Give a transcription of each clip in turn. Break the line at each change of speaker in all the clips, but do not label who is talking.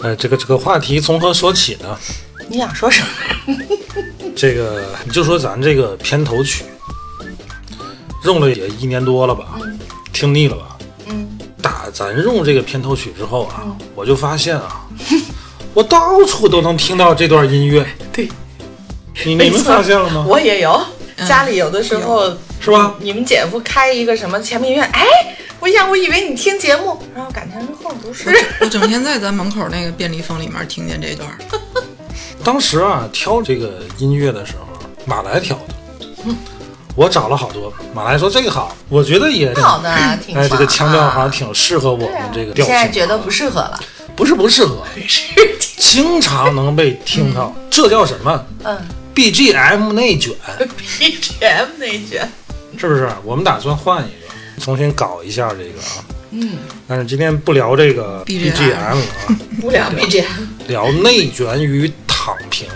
呃，这个这个话题从何说起呢？
你想说什么？
这个你就说咱这个片头曲，用了也一年多了吧，
嗯
听腻了吧？
嗯，
打咱用这个片头曲之后啊，
嗯
我就发现啊， 我到处都能听到这段音乐。
对，
你你
没
们
错
发现了吗？
我也有，
嗯
家里有的时候
是吧？
你们姐夫开一个什么前面院，哎，我想我以为你听节目，然后感情这后面不是，
我整天在咱门口那个便利蜂里面听见这段儿，
当时啊，挑这个音乐的时候，马来挑的。
嗯
我找了好多，马来说这个好，我觉得也挺
好的啊挺
哎，这个
棒
腔调
啊
好像挺适合我们这个调
现
性啊。
在觉得不适合了，
不是不适 合，经常能被听到，这叫什么
嗯
？BGM 内卷，
，BGM 那卷，
是不是？我们打算换一个，重新搞一下这个啊。嗯，但是今天不聊这个
BGM
BGM 啊，
无聊 BGM，
聊内卷与躺平。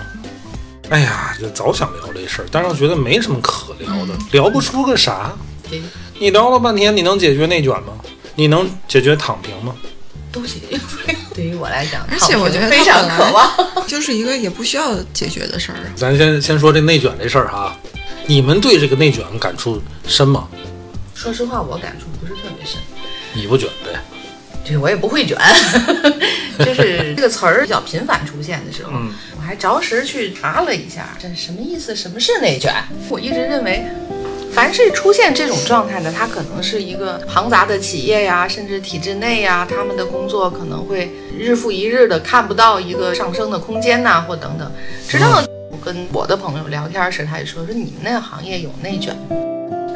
哎呀，这早想聊这事儿，但是我觉得没什么可聊的，
嗯
聊不出个啥。
对
你聊了半天，你能解决内卷吗？你能解决躺平吗？
都解决不了。对于我来讲，
而且我觉得
非
它
常
本来
渴望。
就是一个也不需要解决的事儿啊。
咱先先说这内卷这事儿哈，你们对这个内卷感触深吗？
说实话，我感触不是特别深，
你不卷呗？
对我也不会卷，就是这个词儿比较频繁出现的时候，
嗯
我还着实去查了一下，这什么意思？什么是内卷？我一直认为。凡是出现这种状态的，它可能是一个庞杂的企业呀，甚至体制内呀，他们的工作可能会日复一日的看不到一个上升的空间呐、或等等。直到我跟我的朋友聊天时，他也说说你们那个行业有内卷，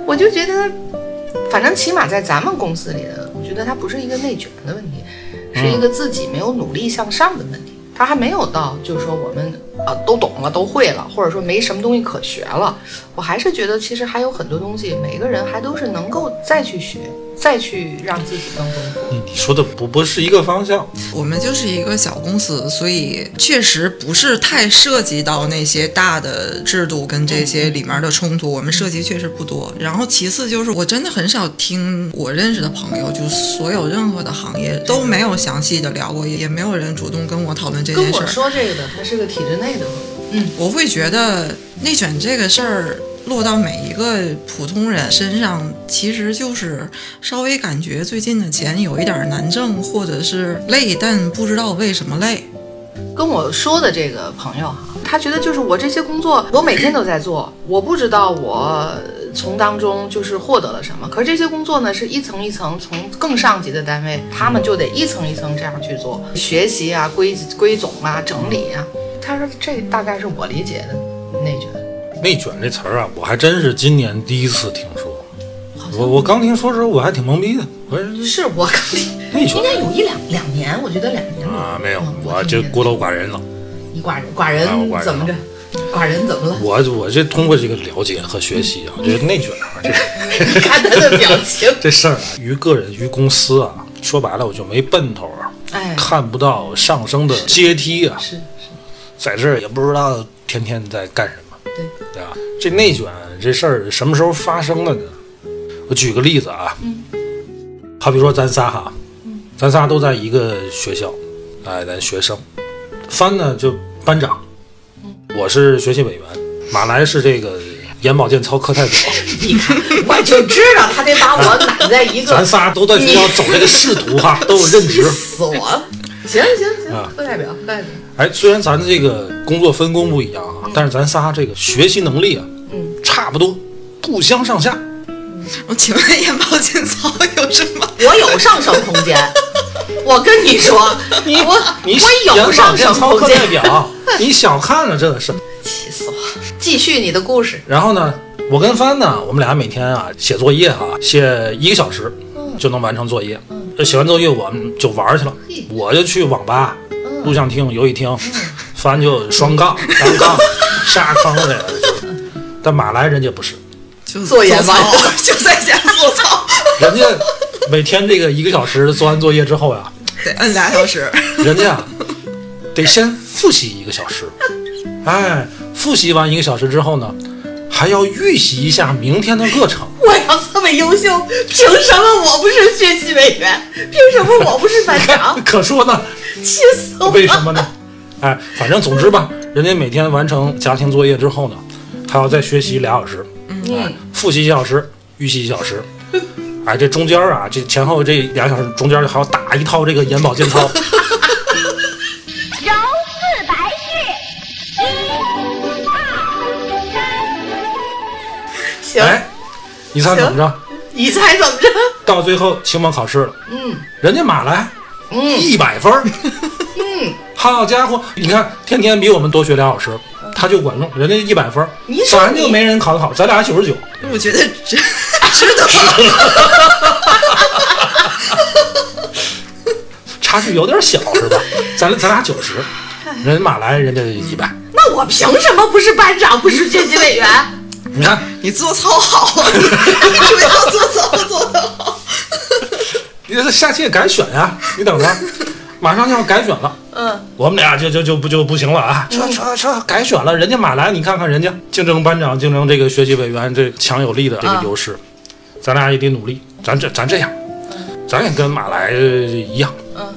我就觉得，反正起码在咱们公司里的，我觉得它不是一个内卷的问题，是一个自己没有努力向上的问题。他还没有到，就是说我们啊都懂了，都会了，或者说没什么东西可学了。我还是觉得其实还有很多东西，每个人还都是能够再去学，再去让自己更丰富。
你你说的不不是一个方向，
我们就是一个小公司，所以确实不是太涉及到那些大的制度跟这些里面的冲突，我们涉及确实不多。然后其次就是，我真的很少听我认识的朋友，就所有任何的行业都没有详细的聊过，也没有人主动跟我讨论这
跟
件事
我
儿。
说这个的，他是个体制内的问题。
我会觉得内卷这个事儿落到每一个普通人身上，其实就是稍微感觉最近的钱有一点难挣，或者是累，但不知道为什么累。
跟我说的这个朋友哈，他觉得就是我这些工作，我每天都在做，我不知道我从当中就是获得了什么。可是这些工作呢，是一层一层从更上级的单位，他们就得一层一层这样去做，学习啊、归归总啊、整理啊。他说这大概是我理解的内卷。
内卷这词儿啊，我还真是今年第一次听说。我我刚听说的时候，我还挺懵逼的。我说
是我刚听，
内
应
卷
该有一两两年，我觉得两年了
啊，没有
嗯，
我
听
就
见
孤陋寡人了。
你寡人寡人
啊我寡人
怎么 着
了？
寡人怎么了？
我我这通过这个了解和学习啊，我觉得内卷啊，这
你看他的表情。
这事儿啊于个人于公司啊，说白了我就没奔头啊，
哎，
看不到上升的阶梯啊，
是是，
在这儿也不知道天天在干什么，
对
对吧？这内卷这事儿什么时候发生的呢？我举个例子啊，好比说咱仨哈，咱仨都在一个学校，哎，咱学生，帆呢就班长，我是学习委员，马来是这个眼保健操课代表，
你看，我就知道他得把我揽在一
咱
个，
仨都在学校走这个仕途哈，都有任
气
职。
死我了。行行行
啊，
课代表，课代表，
哎，虽然咱这个工作分工不一样啊，但是咱仨这个学习能力啊，
嗯，
差不多，不相上下。
我 请问眼保健操 有什么？
我有上升空间。我跟你说，你我
你
我有哎上升
操
空
课
间
代， 表，啊你小看了这个事儿。
气死我！继续你的故事，
然后呢，我跟帆呢，我们俩每天啊写作业啊，写一个小
嗯
时就能完成作业。这写完作业我们就玩儿去了，我就去网吧，
嗯
录像厅、游戏厅，反正就双杠、单 杠、沙坑的。就是但马来人家不是，
就
作业
操
完，
就在家 做操，
人家每天这个一个小时做完作业之后呀、
得摁俩小时。
人家啊得先复习一个小时，哎，复习完一个小时之后呢，还要预习一下明天的课程。
我要这么优秀，凭什么我不是学习委员？凭什么我不是班长？
可说呢，
气死我！
为什么呢？哎，反正总之吧，人家每天完成家庭作业之后呢，还要再学习俩小时，哎，复习一小时，预习一小时。哎，这中间啊，这前后这俩小时中间还要打一套这个眼保健操。
柔四白事，一、二、三。
行，
哎，你猜怎么着？
你猜怎么着？
到最后期末考试了，嗯，人家马来，嗯，一百分儿， 嗯，好家伙，你看天天比我们多学俩小时，他就管用，人家一百分儿
你，瞅
咱就
你
没人考得好，咱俩九十九，
我觉得值值得。
差距有点小是 吧？咱咱俩九十，人家马来人家一百，
那我凭什么不是班长，不是学习委员？
你看
你做操好啊，你你不要做操做得好。
你这下期也改选呀、你等着，马上就要改选了。
嗯，
我们俩就就就不就不行了啊！这这这改选了，人家马来，你看看人家竞争班长、竞争这个学习委员，这强有力的这个优势，咱俩也得努力。咱这咱这样，咱也跟马来呃一样，
嗯，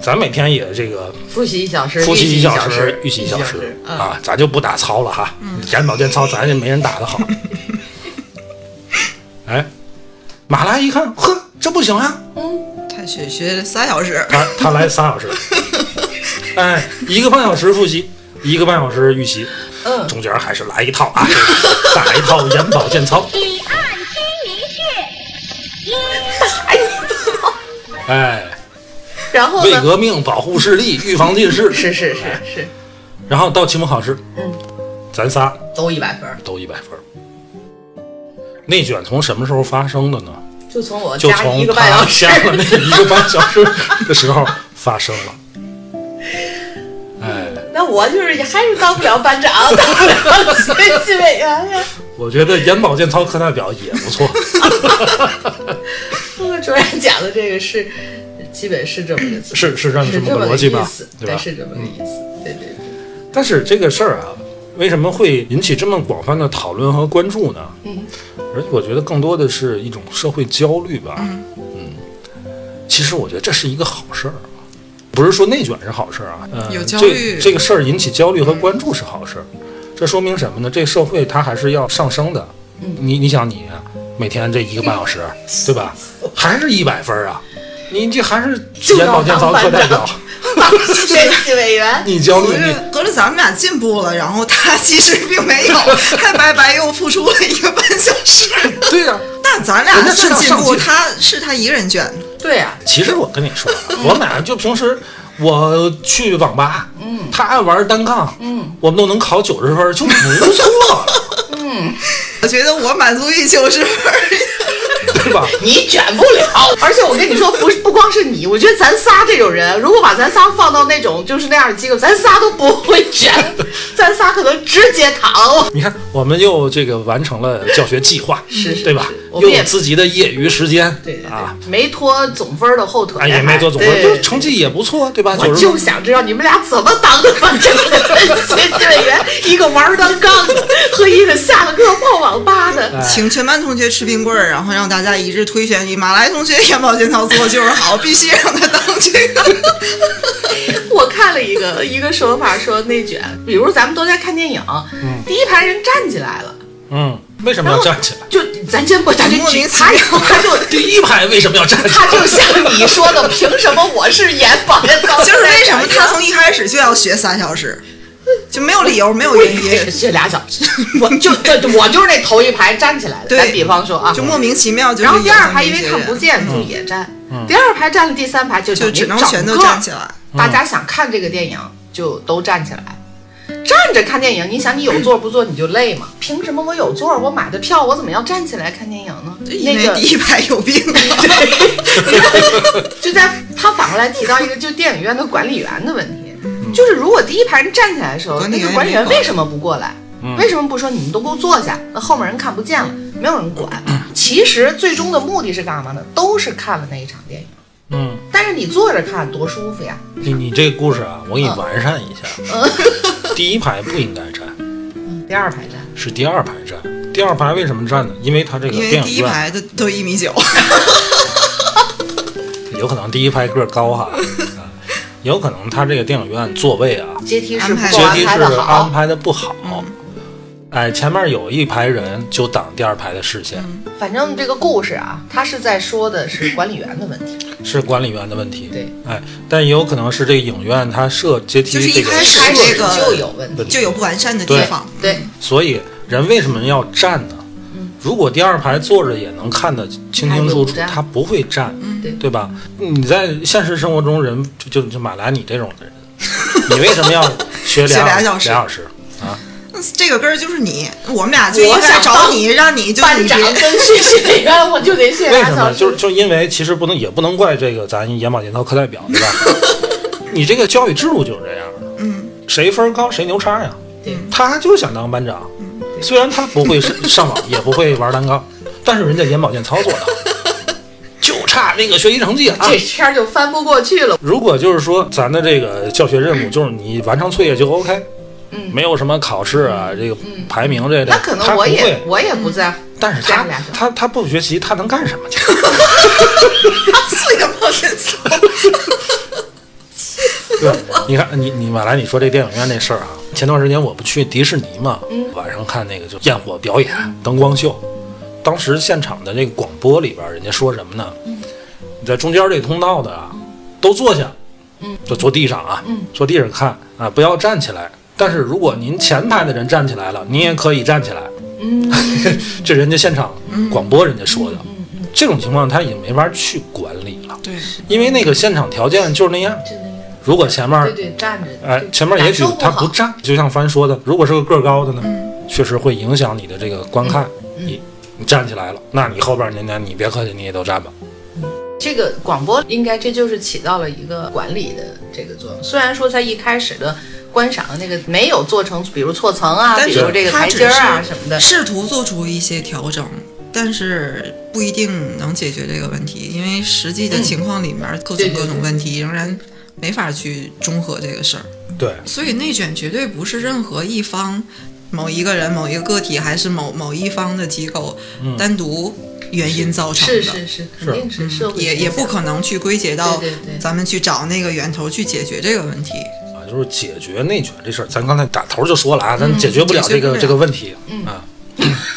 咱每天也这个
复习一小时，
复习
预习
一
小
时，预习一
一
小
时
时。
嗯
啊，咱就不打操了哈，眼保健操咱也没人打的好。哎，马来一看，呵，这不行啊呀、
他学学仨小时，
他他来仨小 时，哎，一个半小时复习，一个半小时预习，
嗯
中间还是来一套啊，打一套眼保健操，
以按清明序，一、
哎，
然后
为
呢？
革命，保护视力，预防近视，
是是
哎
是是，
然后到期末考试，
嗯，
咱仨
都一百分儿，
都一百分儿。内卷从什么时候发生的呢？
就从我
就
加
从
一个半
他
小时
加了那一个半小时的时候发生了。哎，
那我就是还是当不了班长，当不了学习委员哎呀。
我觉得眼保健操课代表也不错。
卓然讲的这个是，基本是这么个思，
是是这么这
是
么
么
个
个
逻辑
意
吧
思，，
对吧？
是这么个意思，对对对，
但是这个事儿啊，为什么会引起这么广泛的讨论和关注呢？嗯，而且我觉得更多的是一种社会焦虑吧。嗯其实我觉得这是一个好事儿，不是说内卷是好事儿啊。呃、
有焦虑
这这个事儿引起焦虑和关注是好事儿，这说明什么呢？这社会它还是要上升的。你你想你啊每天这一个半小时，对吧？还是一百分儿啊？你这还是眼保健操课代表，
学习委员，
你焦虑
合
哦你。
着合着咱们俩进步了，然后他其实并 没有，还白白又付出了一个半小时。
对呀、
但咱
人
俩
家至
是
少
进步，
上进
他是他一个人卷，
对呀，
其实我跟你说啊，我们俩就平时我去网吧，嗯，他爱玩单杠，嗯，我们都能考九十分，就不错了，
我觉得我满足于九十分儿。
对吧？
你卷不了。而且我跟你说，不是不光是你，我觉得咱仨这种人，如果把咱仨放到那种就是那样的机构，咱仨都不会 卷，咱仨可能直接躺。
你看，我们又这个完成了教学计划，
是是
对吧？
我
又
们也
有自己的业余时间，
对对
啊，
对，没拖总分的后腿，
哎，也没做总分，
对
就成绩也不错，对吧？
我
九十
就
分。
想知道你们俩怎么当的班长学习委员，一个玩单杠的和一个下了课泡网吧 的。
请全班同学吃冰棍儿，然后让大家一致推选你马来同学眼保健操做就是好，必须让他当这 个。
哎
我看了一个一个说法说内卷，比如咱们都在看电影，第一排人站起来了，
嗯，为什么要站起来？
就咱先不，咱就
莫名其
他
妙
他就
第一排为什么要站起
他
来？
就像你说的，凭什么我是眼保健 操？
就是为什么他从一开始就要学三小时，就没有理由，没有原 因，
这俩小时，啊我就这我就是那头一排站起来的。
对
咱比方说啊，
就莫名其妙就是。
然后第二排因为看不，见就也站，第二排站了第三排就
嗯就只能全都站起
来。
来。
大家想看这个电影就都站起来，站着看电影，你想你有座不坐你就累嘛？凭什么我有座，我买的票，我怎么要站起来看电影呢？
因
那
为
个
第一排有 病，
对，就在他反过来提到一个，就电影院的管理员的问题。
嗯
就是如果第一排人站起来的时候，
管理
那个
员
管理
没
员
管
为什么不过来？
嗯
为什么不说你们都给我坐下？那后面人看不见了，没有人管。
嗯
其实最终的目的是干嘛呢？都是看了那一场电影。
嗯，
但是你坐着看多舒服呀！
你你这个故事啊，我给你完善一下。
嗯
第一排不应该站，
第二排站，
是第二排站。第二排为什么站呢？因为它这个
因为
电
第
影
一
院
排的都一米 九，
有可能第一排个儿高 哈，啊有可能它这个电影院座位啊，
阶梯是不
哦安
够
阶
安
排嗯
梯
排
是
的
安
好，
排的不好。哎，前面有一排人就挡第二排的视线，
嗯
反正这个故事啊，他是在说的是管理员的问题。
是管理员的问题。
对，
哎，但也有可能是这个影院它设阶梯
就是一
这个
开始
开始
这个
就有问题，
就有不完善的地
对
方。嗯
对，
所以人为什么要站呢？如果第二排坐着也能看得清清楚楚
他就不站，
他不会站，
对
对吧？你在现实生活中人，就就就马来你这种的人，你为什么要学
学
俩
俩小时
俩小时？
那这个根儿就是你，我们俩就应
我
该
想
找你，让你就
班
你
长
别
跟去心理员，我就得谢
为
俩
什
小
么？
时。
就是就因为其实不能也不能怪这个咱眼保健操课代表 对吧？你这个教育制度就是这样的，嗯，谁分儿高谁牛叉呀？
对嗯
他就想当班长，虽然他不会上上网，也不会玩单 杠，但是人家眼保健操做到了，就差那个学习成绩啊
这。片儿就翻不过去了。
如果就是说咱的这个教学任务，就是你完成作业就 OK，
嗯
没有什么考试啊，这个排名这类的，
那可
他
能
不
我
会
也。我也不在乎，
但是
加
他
俩小时
他他不学习，他能干什么去？
这个冒险操。
对，你看，你你马来，你说这电影院那事儿啊，前段时间我不去迪士尼嘛，晚上看那个就焰火表演、灯光秀，当时现场的那个广播里边儿，人家说什么呢？你在中间这通道的啊，都坐下，就坐地上啊，坐地上看啊，不要站起来。但是如果您前排的人站起来了，您也可以站起来。 这人家现场广播人家说的，这种情况他已经没法去管理了，
对，
因为那个现场条件就是那样。
真的呀
如果前面儿
对对，站着。
哎，前面也许
感受
他
不好嗯
不站，就像凡说的，如果是个个儿高的呢，确实会影响你的这个观看。你你站起来了，那你后边儿人家你别客气，你也都站吧。
这个广播应该这就是起到了一个管理的这个作用。虽然说它一开始的观赏那个没有做成，比如错层啊，
但
比
是
如这个
他
台
只
阶儿啊
是
什么的，
试图做出一些调整，但是不一定能解决这个问题，因为实际的情况里面各种
对对
各种
对
问题仍然没法去中和这个事儿，
对，
所以内卷绝对不是任何一方、某一个人、某一个个体，还是某某一方的机构单独原因造成
是
的。嗯
是是，肯定是社会
也也不可能去归结到
对对对
咱们去找那个源头去解决这个问题。
啊，就是解决内卷这事儿，咱刚才打头就说了啊，
嗯
咱解决不了这
解决不
个
了
这个问题啊，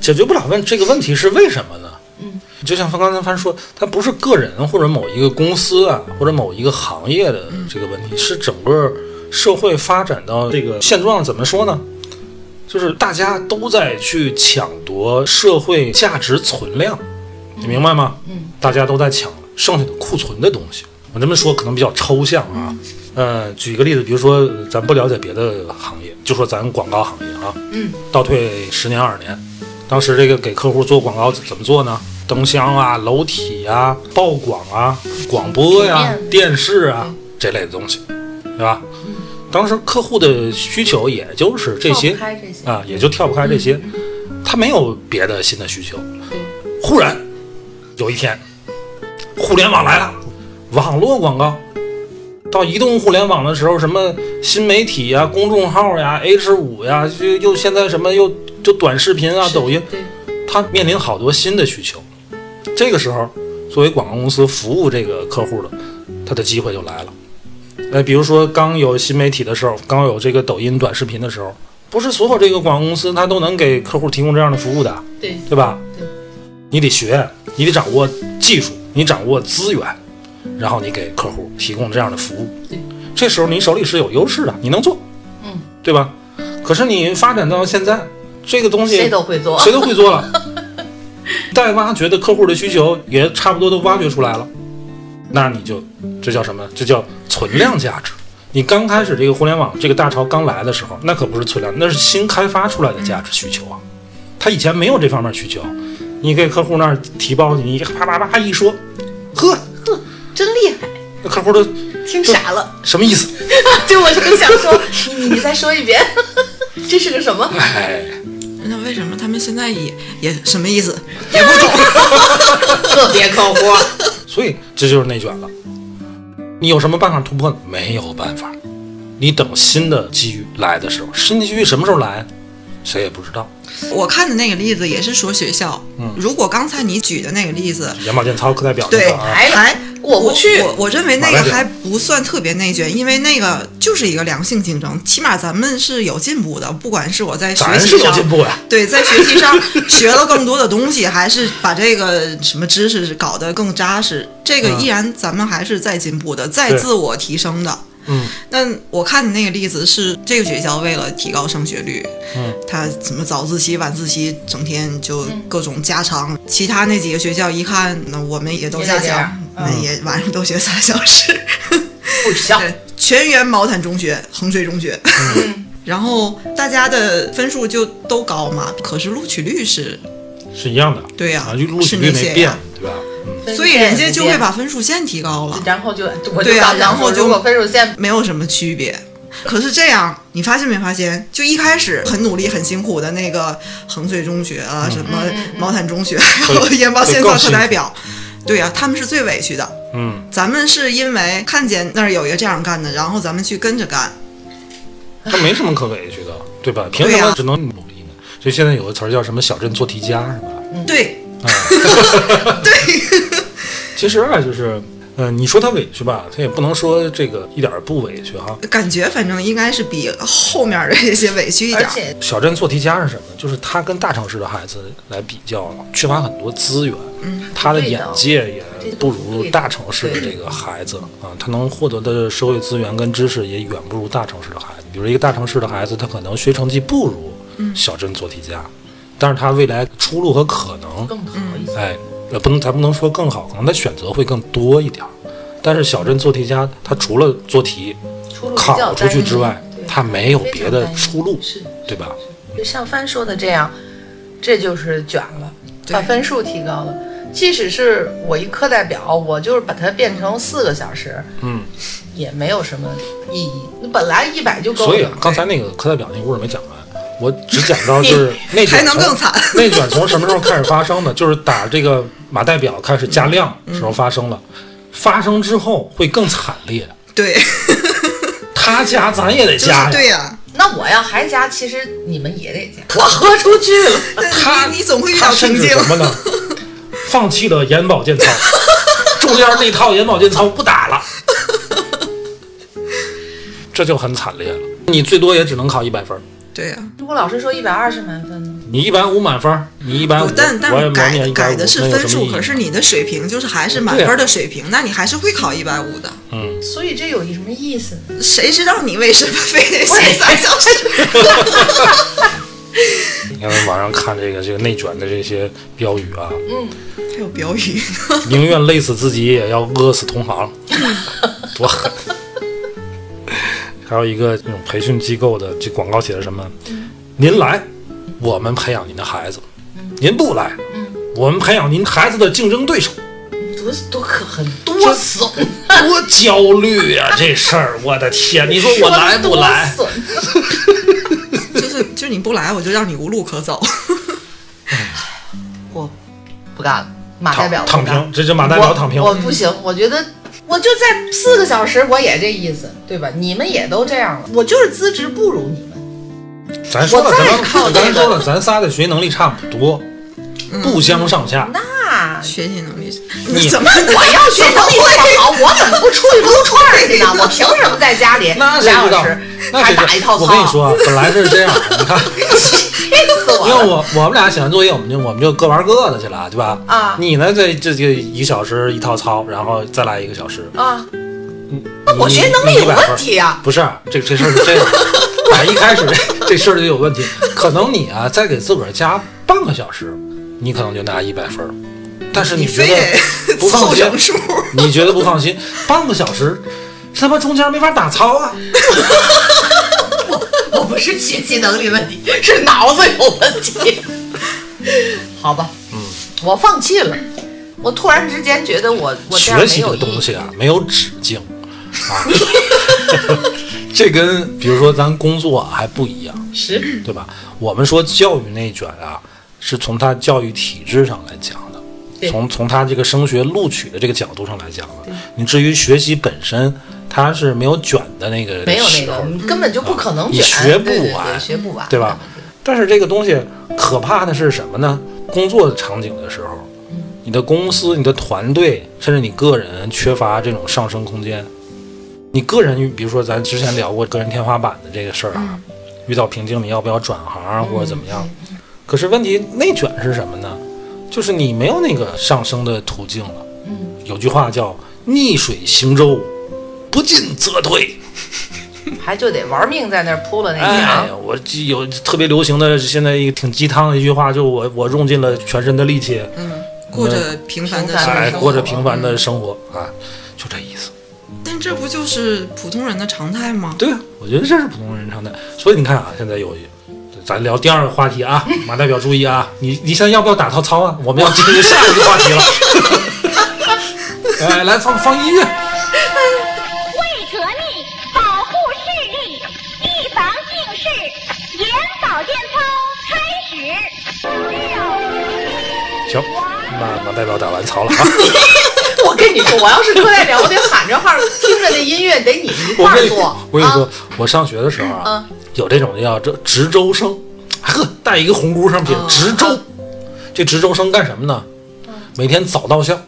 解决不了问这个问题是为什么呢？
嗯
就像刚才凡说，它不是个人或者某一个公司啊，或者某一个行业的这个问题，是整个社会发展到这个现状，怎么说呢？就是大家都在去抢夺社会价值存量，你明白吗？嗯，大家都在抢剩下的库存的东西。我这么说可能比较抽象啊，呃，举个例子，比如说咱不了解别的行业，就说咱广告行业啊，嗯，倒退十年二十年，当时这个给客户做广告怎么做呢？灯箱啊、楼体啊、报广啊、广播呀、
平面
电视啊这类的东西，对吧？当时客户的需求也就是这些
跳不开这些嗯
啊，也就跳不开这些，他没有别的新的需求。忽然有一天，互联网来了，网络广告。到移动互联网的时候，什么新媒体呀、公众号呀、H 五呀，就又现在什么又就短视频啊、抖音，
对
它面临好多新的需求。这个时候，作为广告公司服务这个客户的，它的机会就来了。呃，比如说刚有新媒体的时候，刚有这个抖音短视频的时候，不是所有这个广告公司它都能给客户提供这样的服务的，
对
对吧？
对
你得学，你得掌握技术，你掌握资源，然后你给客户提供这样的服务
对。
这时候你手里是有优势的，你能做，
嗯，
对吧？可是你发展到现在，这个东西
谁都会做，
谁都会做了。 待挖掘的客户的需求也差不多都挖掘出来了，那你就这叫什么？这叫存量价值。你刚开始这个互联网这个大潮刚来的时候，那可不是存量，那是新开发出来的价值需求啊。他以前没有这方面需求，你给客户那儿提报，你啪啪啪一说，呵，
真厉害。
那客户都
听傻了。
什么意思？
对，我就更想说， 你你再说一遍，这是个什么？
哎，
那为什么他们现在也也什么意思？也不懂。
特别靠谱。
所以这就是内卷了。你有什么办法突破呢？没有办法，你等新的机遇来的时候，新的机遇什么时候来，谁也不知道。
我看的那个例子也是说学校，
嗯
如果刚才你举的那个例子，
眼保健操课代表那
对，
个啊，
还
还 过不去
我我我认为那
马上
个
就
还不算特别内卷，因为那个就是一个良性竞争，起码咱们是有进步的，不管是我在学
咱是
习
有
上，
进步呀。
对，在学习上学了更多的东西，还是把这个什么知识搞得更扎实，这个
嗯
依然咱们还是在进步的，在
对
自我提升的。
嗯，
但我看你那个例子是这个学校为了提高升学率，
嗯，
他什么早自习、晚自习，整天就各种加强。其他那几个学校一看，那我们也都
也
加
得这
强
样，
那也晚上都学仨小时。
不行，
对，全员毛毯中学、衡水中学。
嗯
然后大家的分数就都高嘛，可是录取率是，
是一样的。
对呀、
啊，就录取
是
率
那
没
些
变
呀，
对吧？嗯，
所以人家就会把分数线提高了。
然后就我就
对啊
想
然后就
如果分数线
没有什么区别。可是这样，你发现没发现？就一开始很努力、很辛苦的那个衡水中学啊，什么毛毯中学，还有
嗯会
研报县
会
校
更
课
辛
代
苦
表，对呀、他们是最委屈的。
嗯，
咱们是因为看见那儿有一个这样干的，然后咱们去跟着干。
他没什么可委屈的，对吧？凭什
对
么
呀
只能努力呢？所以现在有个词儿叫什么“小镇做题家”是吧？
对，
啊 其实啊，就是，呃，你说他委屈吧，他也不能说这个一点儿不委屈哈。
感觉反正应该是比后面的这些委屈一
而
点儿。
且
小镇做题家是什么？就是他跟大城市的孩子来比较，缺乏很多资源，
嗯
他的眼界也不如大城市的这个孩子啊，他能获得的社会资源跟知识也远不如大城市的孩子。比如一个大城市的孩子，他可能学成绩不如
嗯
小镇做题家，但是他未来出路和可能
更好
嗯
一些。
哎，呃，不能，咱不能说更好，可能他选择会更多一点儿。但是小镇做题家，他除了做题、
出路比较
考出去之外
单一对，
他没有
非常
别的
单一
出路，
是，
对吧？
就像帆说的这样，这就是卷了，把分数提高了。即使是我一课代表，我就是把它变成四个小时，
嗯，
也没有什么意义。你本来一百就够了。
所以啊，刚才那个课代表那个故事没讲完，我只讲到就是内卷
还能
从
更惨
内卷从什么时候开始发生的？就是打这个马代表开始加量
嗯
时候发生了，发生之后会更惨烈。
对，
他加咱也得
就是
加呀，
对呀、
那我要还加，其实你们也得加。我豁出去了，
他
那你你总会遇
他
到
甚
瓶
至
颈。
什么呢？放弃了眼保健操，中间那套眼保健操不打 了，这就很惨烈了。你最多也只能考一百分儿，
对呀、
如果老师说一百二十满分呢？
你一百五满分儿，你一百五，
啊但但
我也
是
模拟
改
一百
改
五，
的是
那有
分
什么
数，
意义
可是你的水平就是还是满
对啊
分的水平，那你还是会考一百五的。
所以这有什么意思 呢？
谁知道你为什么非得
哎
写三小时？
因为网上看这个这个内卷的这些标语啊，
还有标语呢？
宁愿累死自己也要饿死同行，多狠！还有一个那种培训机构的这广告写的什么？
嗯
您来，我们培养您的孩子；
嗯
您不来，我们培养您孩子的竞争 对手。
多多可恨，多损！
多焦虑呀、这事儿，我的天！你说我来不来？
多损
就是就是你不来，我就让你无路可走。
我不干了，马代表
躺
不
躺
干
平，这就马代表
我
躺平。
我不行，我觉得我就在四个小时，我也这意思，对吧？你们也都这样了，我就是资质不如你们，
咱说了，
我再
咱
靠这
咱
个嗯
说了，咱仨的学习能力差不多，不相上下。
那
学习能力，
你
怎么能
我要学能力这么好，我怎么不出去撸串儿去呢？我凭什么在家里
那
俩
谁知
小
道
时？
那
还
谁知道
打一套操？
我跟你，说，啊，本来是这 样，你看，
气死我
因为
了！
我我们俩写完作业，我们就我们就各玩各的去了，对吧？
啊
你呢？这这这一个小时一套操，然后再来一个小时。
啊，
那
我学能力有问题啊！
不是，这这事儿是这样，打一开始这这事儿就有问题。可能你啊，再给自个儿加半个小时，你可能就拿一百分儿，但是你觉
非
得
得
不放
凑
心
整，数？
你觉得不放心，半个小时，他妈中间没法打操啊。
我不是学习能力问题，是脑子有问题。 好吧，嗯，我放弃了。我突然之间觉得我我这
学
样没
习这
有
个
意义
东西啊，没有止境。 啊。这跟比如说咱工作啊还不一样，
是
对吧？我们说教育内卷啊，是从它教育体制上来讲的，
对
从从它这个升学录取的这个角度上来讲的。你至于学习本身，它是没有卷的那个
没有那
时候
个，你根本就不可能
啊你
卷，
学不
对对对
完
学不完，
对吧？？但是这个东西可怕的是什么呢？工作场景的时候，
嗯
你的公司、你的团队，甚至你个人缺乏这种上升空间。你个人，比如说咱之前聊过个人天花板的这个事儿啊，
嗯
遇到瓶颈，你要不要转行啊或者怎么样？可是问题内卷是什么呢？就是你没有那个上升的途径了。
嗯
有句话叫“逆水行舟，不进则退”。
还就得玩命在那儿扑了那一
哎
行，，
我记有特别流行的，现在一个挺鸡汤的一句话，就我我用尽了全身的力气，
嗯过着平凡的
平凡
哎，
生活，
过着平凡的生活啊，就这意思。
但这不就是普通人的常态吗？
对啊，我觉得这是普通人常态。所以你看啊，现在有一，咱聊第二个话题 啊，马代表注意啊，你你现在要不要打套操啊？我们要进入下一个话 题了。哎，来放放音乐。
为革命，保护视力，预防近视，眼保健操开始。六
行，马马代表打完操了啊。
我跟你说，我要是特代表，我得喊着号，听着那音乐得你一
我
块
跟
儿
你
做。
我跟你说
啊，，嗯
我上学的时候啊，有这种叫这值周生，呵，带一个红箍上去
嗯
值周。这值周生干什么呢？每天早到校，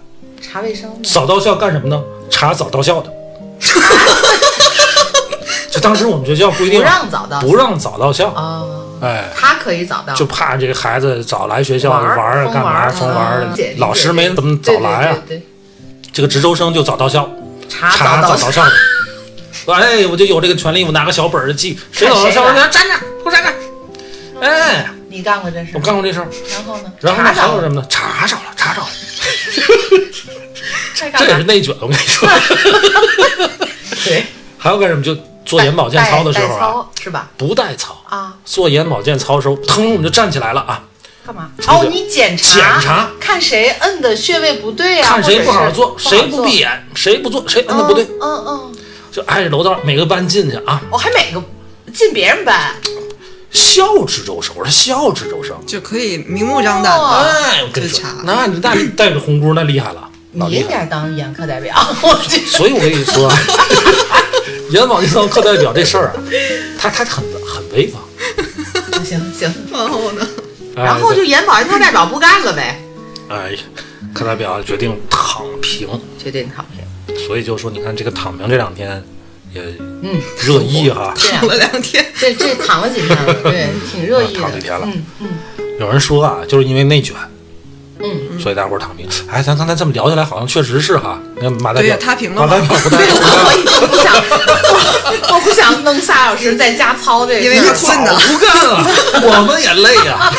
查卫生的，
早到校干什么呢？查早到 校的。就当时我们学校规定
不让早到
不让早到校，
啊，
哎，
他可以早到，
就怕这个孩子早来学校
玩儿
玩儿啊，
疯
干嘛
玩儿
疯
嗯
玩儿
理解
的
理，解
老师没怎么早来啊。
对对对
这个值周生就早到校，
对查
查
早
早到校的。 哎，我就有这个权利，我拿个小本儿记，谁早到校，我
看
给
谁
他站着，给我站着。哎，
你干过这事？
我干。过这事儿。
然后呢？
然后呢，
查
还
早
有什么呢？查着了，查着了，
还干
这也是
嘛？
内卷。我跟你 说，
对，
还有干什么？就做眼保健操的时
带
候
带
啊，
操是吧？
不带操，
啊，
做眼保健操的时候，腾我们就站起来了啊，
干嘛？
出
哦，
去
你检查
检查
看谁摁的穴位不对啊，
看谁不
或者
好
是
做，谁不
不
闭眼，谁不做，谁摁的不对，
嗯嗯嗯，哦
就挨着楼道每个班进去啊，
我还每个进别人班，
笑之周生，我说笑之周生。
就可以明目张胆
哦
的。
哎，我跟你
自
说
查，
那你那你带着红箍那厉害了，老
你
厉
应
害了。
该当眼科代表， 我这
所以我跟你说，眼保健操课代表这事儿啊，他他很很威风。
行行。
然后呢？
哎
然后就眼保健操代表不干了呗，
哎，课代表决定躺平，
决定躺平。
所以就说你看这个躺平这两天也
嗯，
热议哈，
这样
躺了两天，
这这躺了几天了，对，挺热议的。
啊躺几天了
嗯嗯
有人说啊，就是因为内卷，
嗯，
所以大伙儿躺平。哎，咱刚才这么聊下来，好像确实是哈。你看马代
对
表
呀，他平了
马
嘛
代表不代表
我已经不想， 我我不想弄仨小时在家操这个，
因为他困
早
了。
不干 了，我们也累呀、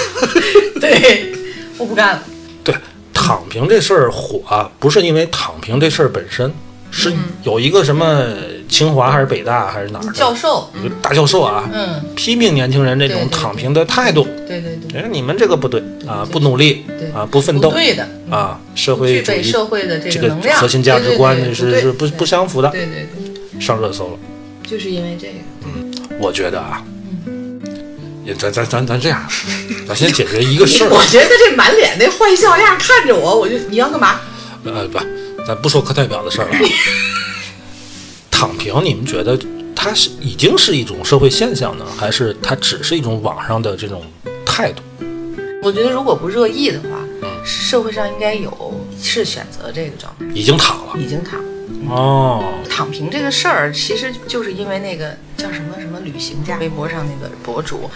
对，我不干了。
对，躺平这事儿火、啊，不是因为躺平这事儿本身，是
嗯
有一个什么清华还是北大还是哪儿的
教授，
有个大教授啊，
嗯，
批评年轻人这种
对对对
躺平的态度。
对对对，
哎，你们这个不对啊，
对
不努力
对
啊，不奋
不
斗
对的，
啊，社
不具
会主
备
义
社会的
这
个
个
能量，
核心价值观是是不
不
不相符的，
对对对，
上热搜了。
就是因为这个，
我觉得啊，
嗯
也咱咱咱咱这 样，咱先解决一个事
我
儿，
觉得这满脸那坏笑样看着我，我就你要干嘛？
呃，不，咱不说课代表的事儿了 啊。躺平，你们觉得它是已经是一种社会现象呢，还是它只是一种网上的这种态度？
我觉得如果不热议的话，社会上应该有是选择这个状态，
已经躺了
已经躺了
哦，
躺平这个事儿，其实就是因为那个叫什么什么旅行家，微博上那个博主，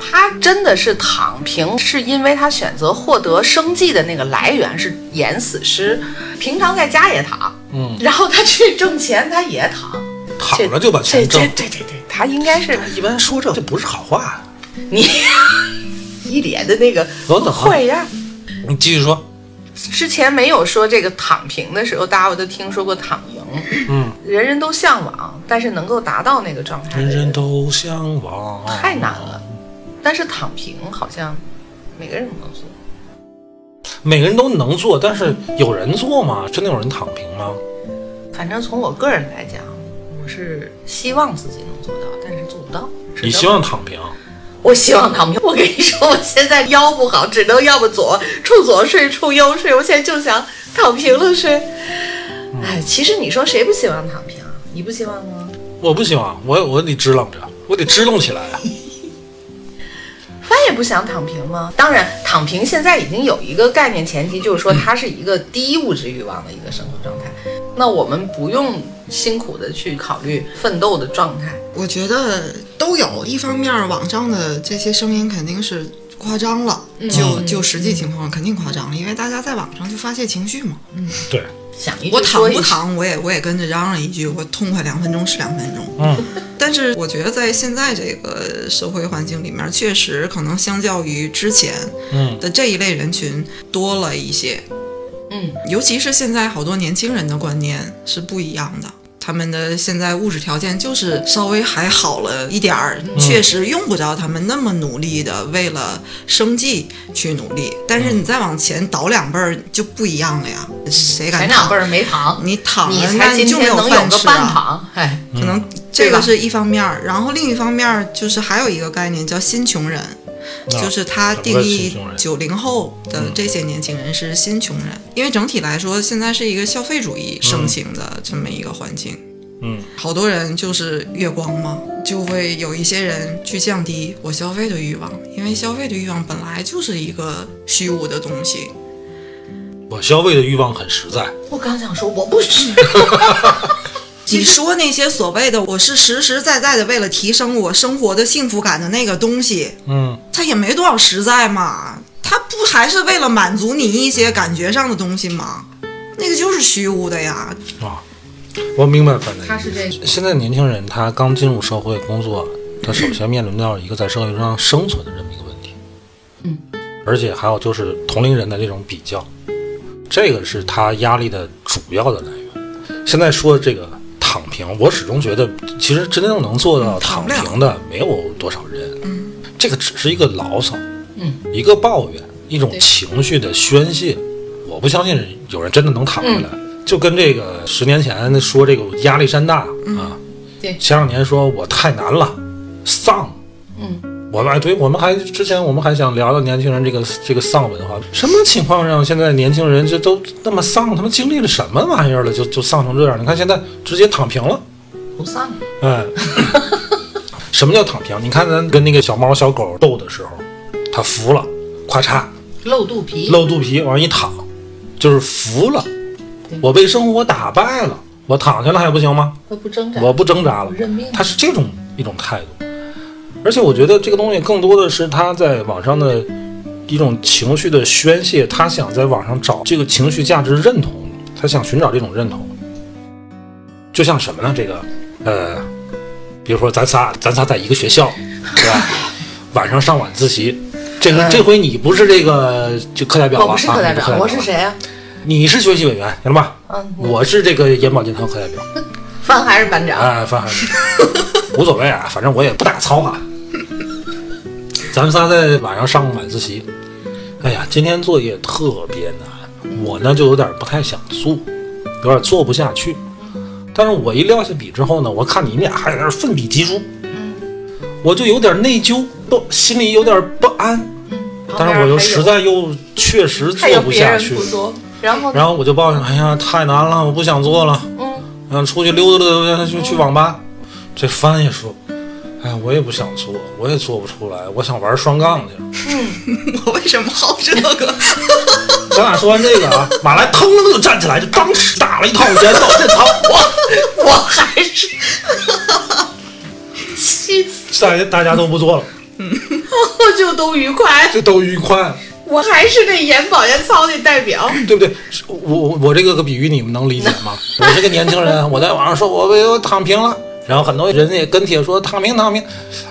他真的是躺平，是因为他选择获得生计的那个来源是演死尸，平常在家也躺，
嗯，
然后他去挣钱他也躺，
躺着就把钱挣
这。这这这这，他应该 是
一般说这这不是好话呀、
你 一脸的那个
我啊怎么
坏样儿。
你继续说，
之前没有说这个躺平的时候，大家我都听说过躺赢，
嗯，
人人都向往，但是能够达到那个状态的
人
人，
人都向往，
太难了。但是躺平好像每个人都能做，
每个人都能做，但是有人做吗？真的有人躺平吗？
反正从我个人来讲，我是希望自己能做到，但是做不到。只
你
能
希望躺平，
我希望躺平。我跟你说，我现在腰不好，只能要么左处左睡，处右睡。我现在就想躺平了睡。哎，其实你说谁不希望躺平啊？你不希望吗？
我不希望，我我得支棱着，我得支棱起 来啊。
翻也不想躺平吗？当然，躺平现在已经有一个概念前提，就是说
嗯
它是一个低物质欲望的一个生活状态。那我们不用辛苦的去考虑奋斗的状态。
我觉得都有一方面，网上的这些声音肯定是夸张了，
嗯
就就实际情况肯定夸张了，因为大家在网上就发泄情绪嘛。
对，
想一句
我躺
说一
不
句
躺，我也我也跟着嚷嚷一句，我痛快两分钟是两分钟。
嗯，
但是我觉得在现在这个社会环境里面，确实可能相较于之前
嗯
的这一类人群多了一些。
嗯，
尤其是现在好多年轻人的观念是不一样的。他们的现在物质条件就是稍微还好了一点儿，确实用不着他们那么努力的为了生计去努力。但是你再往前倒两辈儿就不一样了呀，谁敢
前
躺
两辈儿没躺，
你躺
你
了，
才
那
今
你就没
天能有
饭
个
吃
半
啊。
躺，哎，
可
嗯
能
对
这
吧
个是一方面儿，然后另一方面儿就是还有一个概念叫新穷人，就是他定
啊什
义
么叫新嗯
九零后的这些年轻人是新穷人，因为整体来说现在是一个消费主义盛行的这么一个环境，
嗯，
好多人就是月光嘛，就会有一些人去降低我消费的欲望，因为消费的欲望本来就是一个虚无的东西，
我消费的欲望很实在，
我刚想说我不 是，
你说那些所谓的我是实实在在的为了提升我生活的幸福感的那个东西，
嗯，
它也没多少实在嘛，它不还是为了满足你一些感觉上的东西吗？那个就是虚无的呀。
啊，我明白范的
他
意
是
思。
这
现在年轻人他刚进入社会工作，他首先面临到一个在社会上生存的这么一个问题，
嗯，
而且还有就是同龄人的这种比较，这个是他压力的主要的来源。现在说这个躺平，我始终觉得其实真正能做
嗯
到躺
躺不了
平的没有多少人，
嗯，
这个只是一个牢骚，
嗯，
一个抱怨，一种
对
情绪的宣泄。我不相信有人真的能躺下来，
嗯
就跟这个十年前说这个压力山大、啊，
嗯对
前两年说我太难了，丧，嗯，我们哎对，我们还之前我们还想聊聊年轻人这个这个丧文化，什么情况让现在年轻人这都那么丧？他们经历了什么玩意儿了，就就丧成这样？你看现在直接躺平了。
不丧。
哎，什么叫躺平？你看咱跟那个小猫小狗斗的时候，它服了，咔嚓
露肚皮，
露肚皮往一躺，就是服了。我被生活打败了，我躺下了还不行吗？
我不挣扎，
我不挣扎了
我认命，
他是这种一种态度。而且我觉得这个东西更多的是他在网上的一种情绪的宣泄，他想在网上找这个情绪价值认同，他想寻找这种认同。就像什么呢？这个，呃，比如说咱仨，咱仨在一个学 校，对吧？晚上上晚自习，这个这回你不是这个就课代表了，
嗯我不是
啊
课代
你不
表，我是
了
谁啊？
你是学习委员，行了吧？
嗯
我是这个眼保健操课代表。
范还是班长？
哎，反正无所谓啊，反正我也不打操啊。咱们仨在晚上上晚自习，哎呀，今天作业特别难，我呢就有点不太想做，有点做不下去。但是我一撂下笔之后呢，我看你俩还在那儿奋笔疾书，
嗯
我就有点内疚，不，心里有点不安。但是我又实在又确实
还有
做不
别
下
人
去，
不做，然后呢
然后我就抱怨，哎呀，太难了，我不想做了。嗯，出去溜达溜达，去去网吧。这帆也说，哎，我也不想做，我也做不出来，我想玩双杠去。
嗯 我为什么好这 个？
咱俩说完这个啊，马来腾楞就站起来，就当时打了一套眼保健 操，
我我 还是，气死
大家大家都不做了，
我 就都愉快，
这都愉快，
我还是那眼保健操的代表。
对不对？我我我这个比喻你们能理解 吗？我这个年轻人，我在网上说我我我躺平了。然后很多人也跟帖说躺平躺平，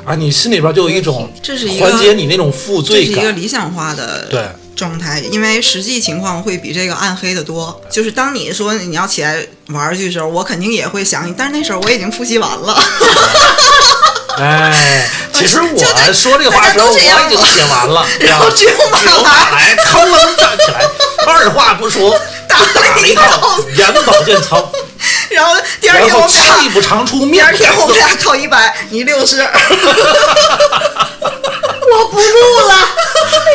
啊，你心里边就有一种
这是一个
缓解你那种负
这
罪
是一
感，
个理想化的
对
状态，因为实际情况会比这个暗黑的多。就是当你说你要起来玩儿去的时候，我肯定也会想你，但是那时候我已经复习完了。
哎，其实
就
我
得
说这话的时候，我
大家
已
都这样
经写完了，
然后只有马来
哎只有马来腾 楞站起来，二话不说打了一套眼保健操，
然后第二
然
天我
后
们
气
俩，
不长出
第
面
二
子
天我
色
们俩考一百，你 六十，我不录了。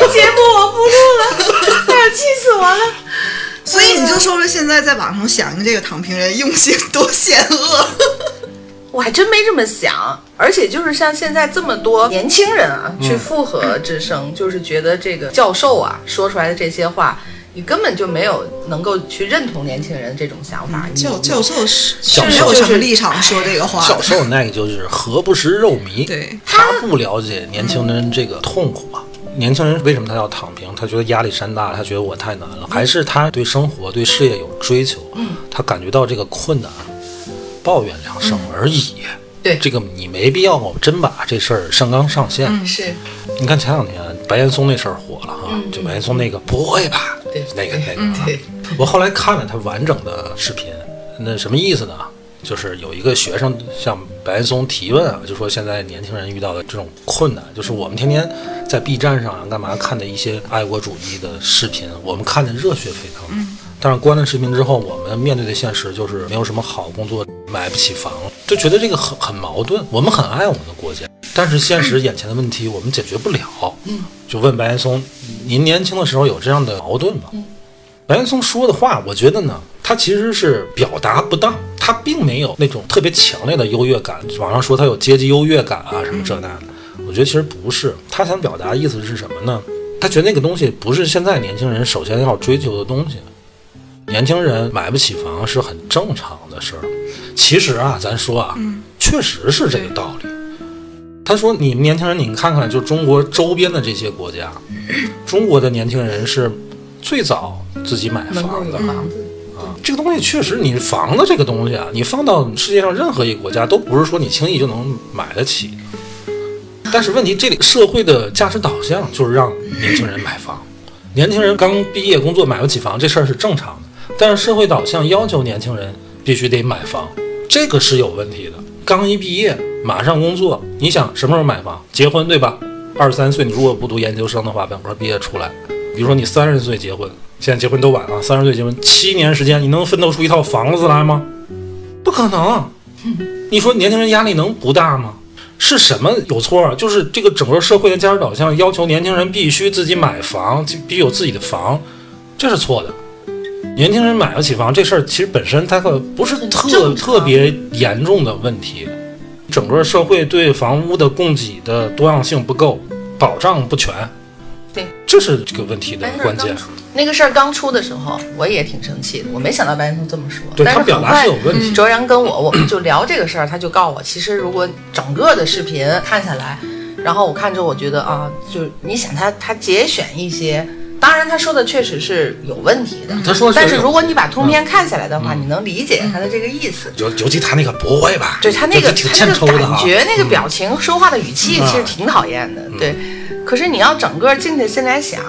这节目我不录了，哎呀，气死我了！
所以你就说说现在在网上响应这个躺平人用心多险恶，
我还真没这么想，而且就是像现在这么多年轻人啊，
嗯
去附和之声，就是觉得这个教授啊说出来的这些话，你根本就没有能够去认同年轻人这种想法。你
教教授是是
教
没
授
有
嗯就
什么
是
立场说这个话
教
的。
授那个就是何不食肉糜，
对
他不了解年轻人这个痛苦啊。年轻人为什么他要躺平？他觉得压力山大，他觉得我太难
嗯
了，还是他对生活、对事业有追求，他感觉到这个困难，抱怨两声而已。
嗯对
这个你没必要真把这事儿上纲上线。
是
你看前两天白岩松那事儿火了哈、就白岩松那个不会吧？
嗯对
那个那个、啊
对
我后来看了他完整的视频，那什么意思呢？就是有一个学生向白岩松提问啊，就说现在年轻人遇到的这种困难，就是我们天天在 B 站上啊干嘛看的一些爱国主义的视频，我们看的热血沸腾。但是关了视频之后，我们面对的现实就是没有什么好工作，买不起房，就觉得这个很很矛盾。我们很爱我们的国家，但是现实眼前的问题我们解决不了。嗯，就问白岩松，您年轻的时候有这样的矛盾吗？白岩松说的话，我觉得呢，他其实是表达不当，他并没有那种特别强烈的优越感。网上说他有阶级优越感啊，什么这那的，我觉得其实不是。他想表达意思是什么呢？他觉得那个东西不是现在年轻人首先要追求的东西。年轻人买不起房是很正常的事儿。其实啊，咱说啊，确实是这个道理。他说：“你们年轻人，你看看，就中国周边的这些国家，中国的年轻人是最早自己买
门口
房
有
的，
房
嗯
子，
这个东西确实，你房子这个东西啊，你放到世界上任何一个国家，都不是说你轻易就能买得起的。但是问题，这里社会的价值导向就是让年轻人买房，年轻人刚毕业工作买不起房，这事儿是正常的。但是社会导向要求年轻人必须得买房，这个是有问题的。刚一毕业，马上工作，你想什么时候买房？结婚对吧？二十三岁，你如果不读研究生的话，本科毕业出来，比如说你三十岁结婚，现在结婚都晚了，三十岁结婚，七年时间，你能奋斗出一套房子来吗？不可能。你说年轻人压力能不大吗？是什么有错啊？就是这个整个社会的价值导向要求年轻人必须自己买房，必须有自己的房，这是错的。年轻人买不起房这事儿，其实本身它可不是特
正常啊
特别严重的问题。整个社会对房屋的供给的多样性不够，保障不全，
对，
这是这个问题的
白
关
岩松
键
刚。出那个事儿刚出的时候，我也挺生气的，我没想到白岩松这么说。
对
但是
他表达
很快
是有问题
嗯卓阳跟我，我们就聊这个事儿，他就告我，其实如果整个的视频看下来，然后我看着我觉得啊，就是你想他他节选一些。当然，他说的确实是有问题的。
嗯他说是
但是
有嗯
如果你把通篇看下来的话，你能理解他的这个意思。
尤尤其他那个不会吧？
嗯对他那个
嗯就就挺
他
欠
那
抽
个
的啊嗯
感觉、那个表情、说话的语气，其实挺讨厌的。对，可是你要整个静下心来想，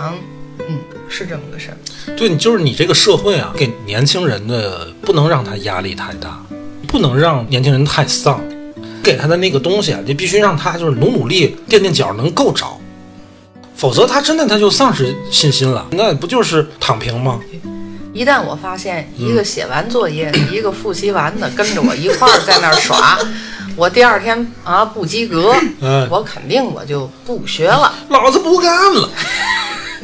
嗯，是这么个事儿。
对，你就是你这个社会啊，给年轻人的不能让他压力太大，不能让年轻人太丧，给他的那个东西啊，你必须让他就是努努力垫垫脚能够着，否则他真的他就丧失信心了，那不就是躺平吗？
一旦我发现一
嗯
个写完作业的，一个复习完的跟着我一块儿在那儿耍，我第二天啊不及格，
嗯
我肯定我就不学了。
老子不干了！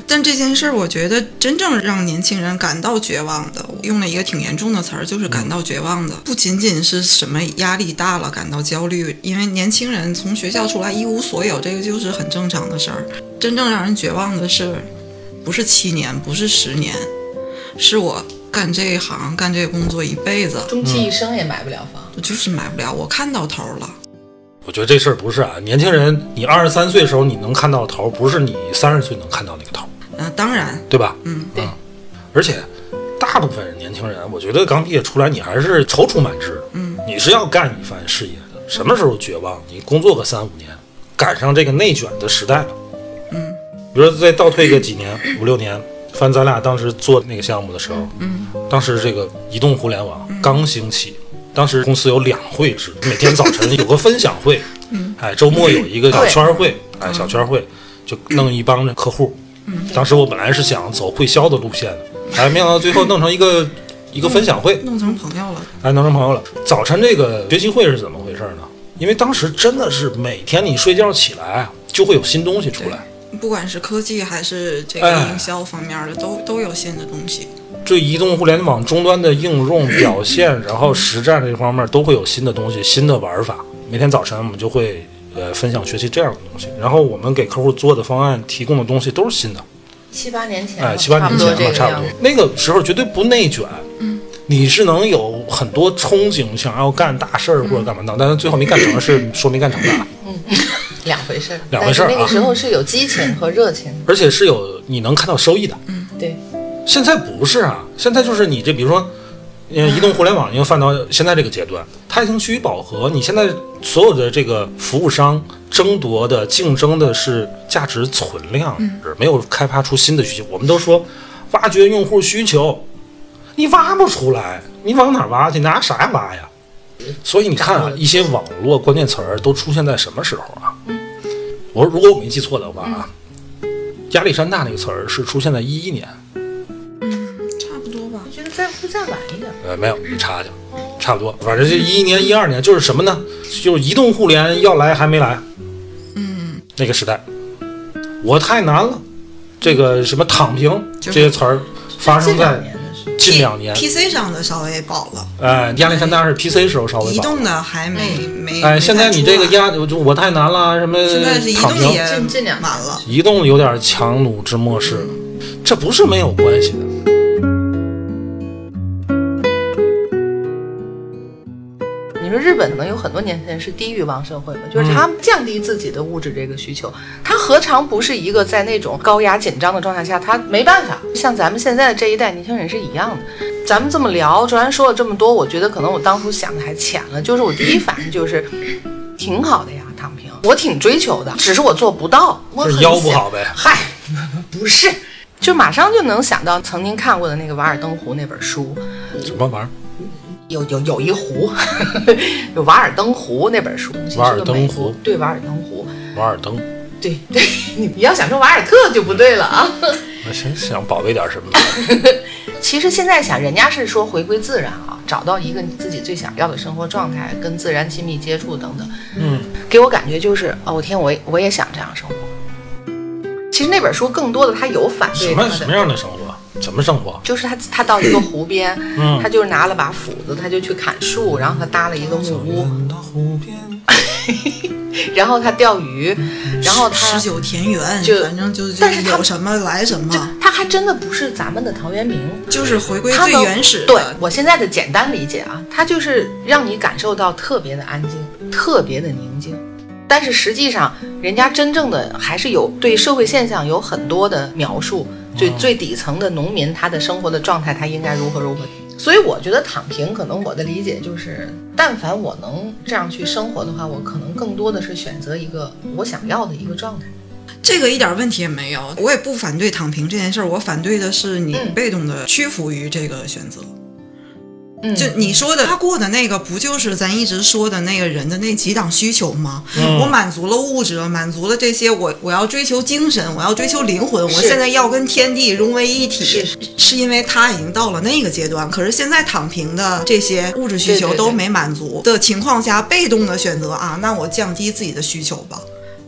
但这件事儿，我觉得真正让年轻人感到绝望的，我用了一个挺严重的词儿，就是
嗯
感到绝望的，不仅仅是什么压力大了感到焦虑，因为年轻人从学校出来一无所有，这个就是很正常的事儿。真正让人绝望的是，不是七年，不是十年，是我干这一行干这个工作一辈子，
终其一生也买不了房。
我就是买不了，我看到头了。
我觉得这事儿不是啊，年轻人，你二十三岁的时候你能看到的头，不是你三十岁能看到那个头。
嗯、当然，
对吧？啊
嗯
对
而且大部分年轻人，我觉得刚毕业出来，你还是踌躇满志，嗯，你是要干一番事业的。什么时候绝望？你工作个三五年，赶上这个内卷的时代了，嗯，比如说再倒退个几年，五六年。翻咱俩当时做那个项目的时候，嗯，当时这个移动互联网刚兴起，当时公司有两会制，每天早晨有个分享会，嗯，哎，周末有一个小圈儿会，哎，小圈儿会就弄一帮嗯客户，当时我本来是想走会销的路线的，哎，没想到最后弄成一个一个分享会，
弄成朋友了。
哎，当成朋友了。早晨这个学习会是怎么回事呢？因为当时真的是每天你睡觉起来啊就会有新东西出来，
不管是科技还是这个
哎
营销方面的，都都有新的东西。
对移动互联网终端的应用表现，然后实战这方面都会有新的东西、新的玩法。每天早晨我们就会呃分享学习这样的东西，然后我们给客户做的方案提供的东西都是新的，
七八年前了，
哎，七八年
差不多
前
这
吧，
个
差
样
不
子
多。那个时候绝对不内卷，嗯，你是能有很多憧憬，想要干大事儿或者干嘛的，但是最后没干成是说没干成的。
两回事儿，
两回事儿啊
但是那个时候是有激情和热情，
而且是有你能看到收益的。
对，
现在不是啊，现在就是你这，比如说，呃，移动互联网已经放到现在这个阶段，它已经趋于饱和。你现在所有的这个服务商争夺的、竞争的是价值存量，是没有开发出新的需求。我们都说挖掘用户需求，你挖不出来，你往哪儿挖去？拿啥挖呀？所以你看啊，一些网络关键词儿都出现在什么时候啊？我说如果我没记错的话啊，亚历山大那个词儿是出现在一一年，
差不多吧
我，觉得再不再晚一点，
呃，没有，你查去，差不多，反正就一一年、一二年，就是什么呢？就是移动互联要来还没来，嗯，那个时代，我太难了，这个什么躺平这些词儿发生
近两
在
年的事。
近两年，
，PC 上的稍微饱了，
呃，亚历山大是 PC 时候稍微
移
晚
动的还
嗯
没没。
哎，
没
现在
太
你
出
这个
来
压，就我太难了，什么
现在是移
躺
动
平，
也
近近两年
完了，
移动有点强弩之末世了，这不是没有关系的。
嗯
你说日本可能有很多年轻人是低欲望社会嘛，
嗯
就是他降低自己的物质这个需求，他何尝不是一个在那种高压紧张的状态下，他没办法，像咱们现在这一代年轻人是一样的。咱们这么聊，卓然说了这么多，我觉得可能我当初想的还浅了，就是我第一反应就是，挺好的呀，躺平，我挺追求的，只是我做不到，我
是
很
腰不
想
好呗
嗨， 不是，就马上就能想到曾经看过的那个《瓦尔登湖》那本书，
什么玩意儿？
有有有一湖， 有《瓦尔登湖》那本书，
瓦尔登湖
是个美国对《瓦尔登湖
瓦尔登，》，
对对， 你你要想说瓦尔特就不对了啊。
我想想保卫点什 么呢？
其实现在想，人家是说回归自然啊，找到一个你自己最想要的生活状态，跟自然亲密接触等等。
嗯，
给我感觉就是，哦，我天，我也我也想这样生活。其实那本书更多的它有反对
什
他
么
的
什么样的生活？什么生活？
就是他他到一个湖边，
嗯
他就是拿了把斧子，他就去砍树，然后他搭了一个木屋，然后他钓鱼，
嗯
然后他
十九田园，
哦就
反正就就
但是他
有什么来什
就
么，
他还真的不是咱们的陶渊明。
就是回嗯归
他
最
能
原始
对
的。
我现在的简单理解啊，他就是让你感受到特别的安静，特别的宁静。但是实际上，人家真正的还是有对社会现象有很多的描述，最
嗯
最底层的农民他的生活的状态，他应该如何如何。所以我觉得躺平，可能我的理解就是，但凡我能这样去生活的话，我可能更多的是选择一个我想要的一个状态。
这个一点问题也没有，我也不反对躺平这件事儿，我反对的是你
嗯
被动的屈服于这个选择。
嗯，
就你说的，他过的那个不就是咱一直说的那个人的那几档需求吗？我满足了物质，满足了这些，我我要追求精神，我要追求灵魂，我
是
现在要跟天地融为一体，
是
是因为他已经到了那个阶段。可是现在躺平的这些物质需
对
求
对
都
对
没满足的情况下，被动的选择啊，那我降低自己的需求吧，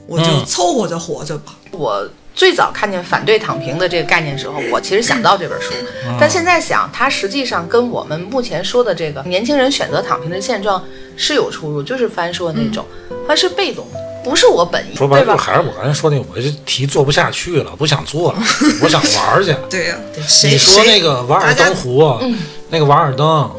我就
嗯
凑合着活着吧。
我最早看见反对躺平的这个概念时候，我其实想到这本书，
嗯
但现在想，它实际上跟我们目前说的这个年轻人选择躺平的现状是有出入，就是翻说的那种，它是被动的，不是我本意，
嗯说白
对
了，
吧？
还是我刚才说那个，我这题做不下去了，不想做 了，我想玩儿去。
对呀、
你
谁
说那
谁
个瓦尔登湖，啊
嗯
那个瓦尔登